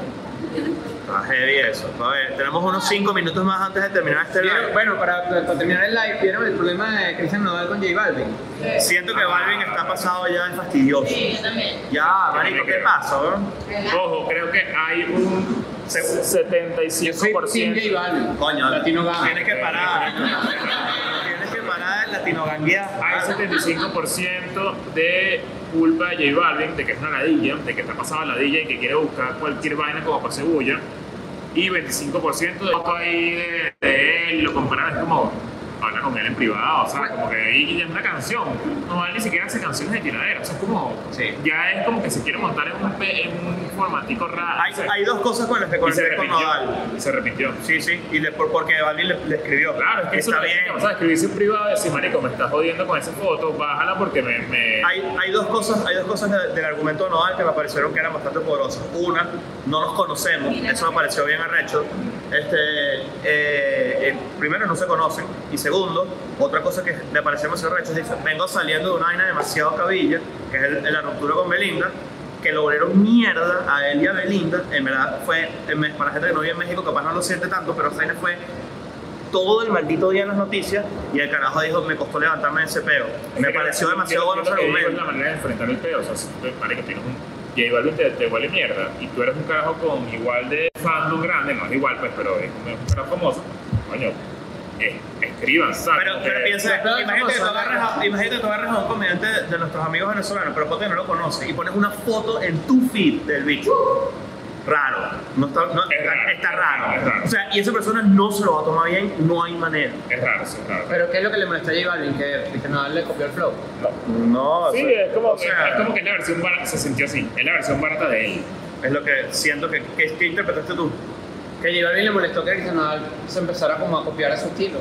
[SPEAKER 2] Está heavy eso. A ver, tenemos unos 5 minutos más antes de terminar este
[SPEAKER 3] ¿Vieron?
[SPEAKER 2] live.
[SPEAKER 3] Bueno, para, para terminar el live, ¿vieron el problema de Cristian Nodal con J Balvin?
[SPEAKER 2] Siento
[SPEAKER 4] Ah.
[SPEAKER 2] que Balvin está pasado ya de fastidioso. Ya, marico, ¿qué pasa, weón?
[SPEAKER 4] Ojo, creo que hay un se-
[SPEAKER 3] Yo soy
[SPEAKER 4] 75%.
[SPEAKER 3] Team J Balvin.
[SPEAKER 2] Coño,
[SPEAKER 3] Latino Gama.
[SPEAKER 2] Tienes que parar. tienes que parar el latino
[SPEAKER 4] Hay 75% de culpa de J Balvin, de que es una ladilla, de que está pasada ladilla y que quiere buscar cualquier vaina como para cebolla. Y 25% de esto ahí de, de él, lo comparan, es como habla con él en privado, o sea, como que y ya es una canción. No, él ni siquiera hace canciones de tiradera, o sea, es como.
[SPEAKER 3] Sí.
[SPEAKER 4] Ya es como que se quiere montar en un, pe- en un formatico raro.
[SPEAKER 2] Hay,
[SPEAKER 4] o sea,
[SPEAKER 2] hay dos cosas con las que
[SPEAKER 4] y
[SPEAKER 2] conecté
[SPEAKER 4] se
[SPEAKER 2] con
[SPEAKER 4] repitió.
[SPEAKER 2] Nodal.
[SPEAKER 4] y se repitió.
[SPEAKER 2] Sí, sí, y le- por- porque Balvin le, le escribió.
[SPEAKER 4] Claro, es que
[SPEAKER 2] está
[SPEAKER 4] eso es lo que
[SPEAKER 2] bien.
[SPEAKER 4] hacemos, ¿sabes? Escribirse en privado y decir, marico, me estás jodiendo con esa foto, bájala porque me... me...
[SPEAKER 2] Hay, hay dos cosas, hay dos cosas de- del argumento de Nodal que me parecieron que eran bastante poderosas. Una, no nos conocemos, eso me pareció bien arrecho. Este, eh, eh, primero, no se conocen. Y segundo, otra cosa que me pareció demasiado arrecho es dice, vengo saliendo de una vaina demasiado cabilla, que es el- la ruptura con Belinda, que lo volvieron mierda a él y a Belinda. En verdad, fue, en vez- para la gente que no vive en México, capaz no lo siente tanto, pero esa vaina fue todo el maldito día en las noticias y el carajo dijo, me costó levantarme de ese peo. Me pareció demasiado bueno
[SPEAKER 4] bueno
[SPEAKER 2] ese
[SPEAKER 4] Es
[SPEAKER 2] argumento.
[SPEAKER 4] la manera de enfrentar el peo, o sea, si tú, marico, tienes un... J Balvin te, te huele mierda y tú eres un carajo con igual de fandom grande, no es igual pues, pero es un, es un carajo famoso, coño, eh, escriban, ¿sabes?
[SPEAKER 2] Pero,
[SPEAKER 4] Porque-
[SPEAKER 2] pero piensa,
[SPEAKER 3] Los peores
[SPEAKER 2] imagínate que, tú
[SPEAKER 3] famosos,
[SPEAKER 2] agarras a, imagínate que tú agarras a un comediante de, de nuestros amigos venezolanos, pero porque no lo conoces, y pones una foto en tu feed del bicho. Raro. No está, no-
[SPEAKER 4] Es
[SPEAKER 2] está- está
[SPEAKER 4] raro, es
[SPEAKER 2] raro.
[SPEAKER 4] raro, es raro.
[SPEAKER 2] O sea, y esa persona no se lo va a tomar bien, no hay manera.
[SPEAKER 4] Es raro, sí, es raro.
[SPEAKER 3] Pero ¿qué es lo que le molesta a J Balvin? Que Cristian Nodal le copió el flow.
[SPEAKER 2] No,
[SPEAKER 4] Sí, es como, es como que es la versión barata, se sintió así, es la versión barata de él.
[SPEAKER 2] es lo que siento que, que, que interpretaste tú.
[SPEAKER 3] Que J Balvin le molestó que Cristian Nodal se empezara como a copiar a su estilo.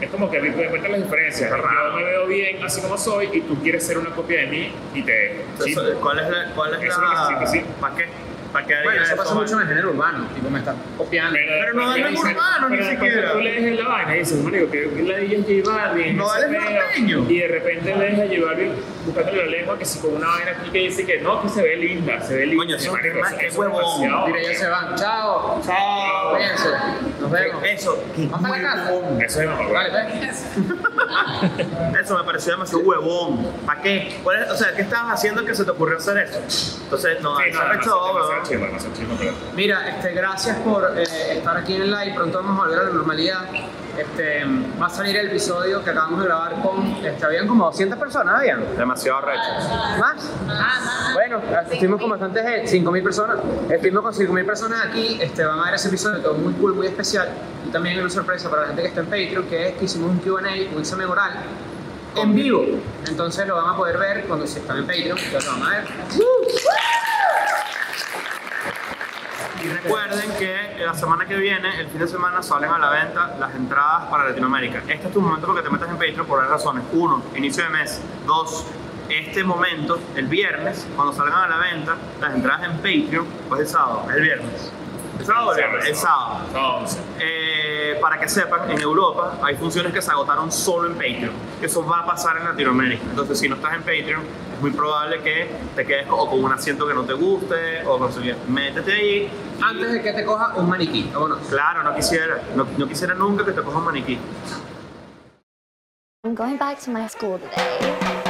[SPEAKER 4] Es como que cuentan las diferencias. Yo me veo bien así como soy y tú quieres ser una copia de mí y te. sí.
[SPEAKER 2] Entonces, ¿Cuál es la.? Cuál es
[SPEAKER 4] Eso es lo que siento, sí.
[SPEAKER 2] ¿Para qué? ¿Para qué
[SPEAKER 3] Bueno,
[SPEAKER 2] haría
[SPEAKER 3] eso pasa
[SPEAKER 2] man?
[SPEAKER 3] mucho en el género urbano. Tipo, me están copiando.
[SPEAKER 2] pero no
[SPEAKER 4] después
[SPEAKER 2] es
[SPEAKER 4] que dicen-
[SPEAKER 2] urbano, ni
[SPEAKER 4] pero después que
[SPEAKER 2] siquiera.
[SPEAKER 4] Tú lees en la vaina y dices, Mario, que que la DJ es J Balvin.
[SPEAKER 2] No,
[SPEAKER 4] ese
[SPEAKER 2] él es
[SPEAKER 4] pedo".
[SPEAKER 2] norteño.
[SPEAKER 4] Y de repente lees a J Balvin buscándole la lengua que si con una vaina aquí que dice que no, que se ve linda, se ve linda.
[SPEAKER 2] Coño, eso es
[SPEAKER 4] marico,
[SPEAKER 2] más-
[SPEAKER 4] eso-
[SPEAKER 2] qué
[SPEAKER 4] eso es
[SPEAKER 2] huevón.
[SPEAKER 4] demasiado.
[SPEAKER 3] Mira, ya se van. Chao.
[SPEAKER 2] Chao.
[SPEAKER 3] Cuídense. Nos
[SPEAKER 4] eh,
[SPEAKER 3] vemos.
[SPEAKER 2] Eso. qué
[SPEAKER 3] Vamos para la casa.
[SPEAKER 2] huevón.
[SPEAKER 4] Eso es mejor.
[SPEAKER 3] Vale, ve.
[SPEAKER 2] Eso me pareció demasiado huevón. ¿Para qué? ¿Cuál es- o sea, ¿qué estabas haciendo que se te ocurrió hacer eso? Entonces, no,
[SPEAKER 4] Sí,
[SPEAKER 2] se
[SPEAKER 4] no,
[SPEAKER 2] arrechó,
[SPEAKER 4] demasiado
[SPEAKER 2] huevón.
[SPEAKER 4] chimba, demasiado chimba, pero-
[SPEAKER 3] Mira, este, gracias por eh, estar aquí en el live. Pronto vamos a volver a la normalidad. Este, va a salir el episodio que acabamos de grabar con. Este, habían como 200 personas, habían.
[SPEAKER 2] Demasiado recho.
[SPEAKER 3] ¿Más? Bueno, estuvimos con bastantes gente, 5.000 personas. Estuvimos con 5.000 personas aquí. Este, van a ver ese episodio todo muy cool, muy especial. Y también hay una sorpresa para la gente que está en Patreon, que es que hicimos un QA, un examen oral, en vivo. Entonces lo van a poder ver cuando se están en Patreon. Ya lo van a ver.
[SPEAKER 2] Y recuerden que la semana que viene, el fin de semana, salen a la venta las entradas para Latinoamérica. Este es tu momento porque te metas en Patreon por varias razones. Uno, inicio de mes. Dos, este momento, el viernes, cuando salgan a la venta las entradas en Patreon, pues el sábado, el viernes. El sábado, o el viernes, el sábado.
[SPEAKER 4] Sábado, once.
[SPEAKER 2] Eh, para que sepan, en Europa hay funciones que se agotaron solo en Patreon. Eso va a pasar en Latinoamérica. Entonces, si no estás en Patreon, es muy probable que te quedes o con un asiento que no te guste o con su Métete ahí.
[SPEAKER 3] Antes de que te coja un maniquí, vámonos.
[SPEAKER 2] Claro, no quisiera, no, no quisiera nunca que te coja un maniquí.
[SPEAKER 1] I'm going back to my school today.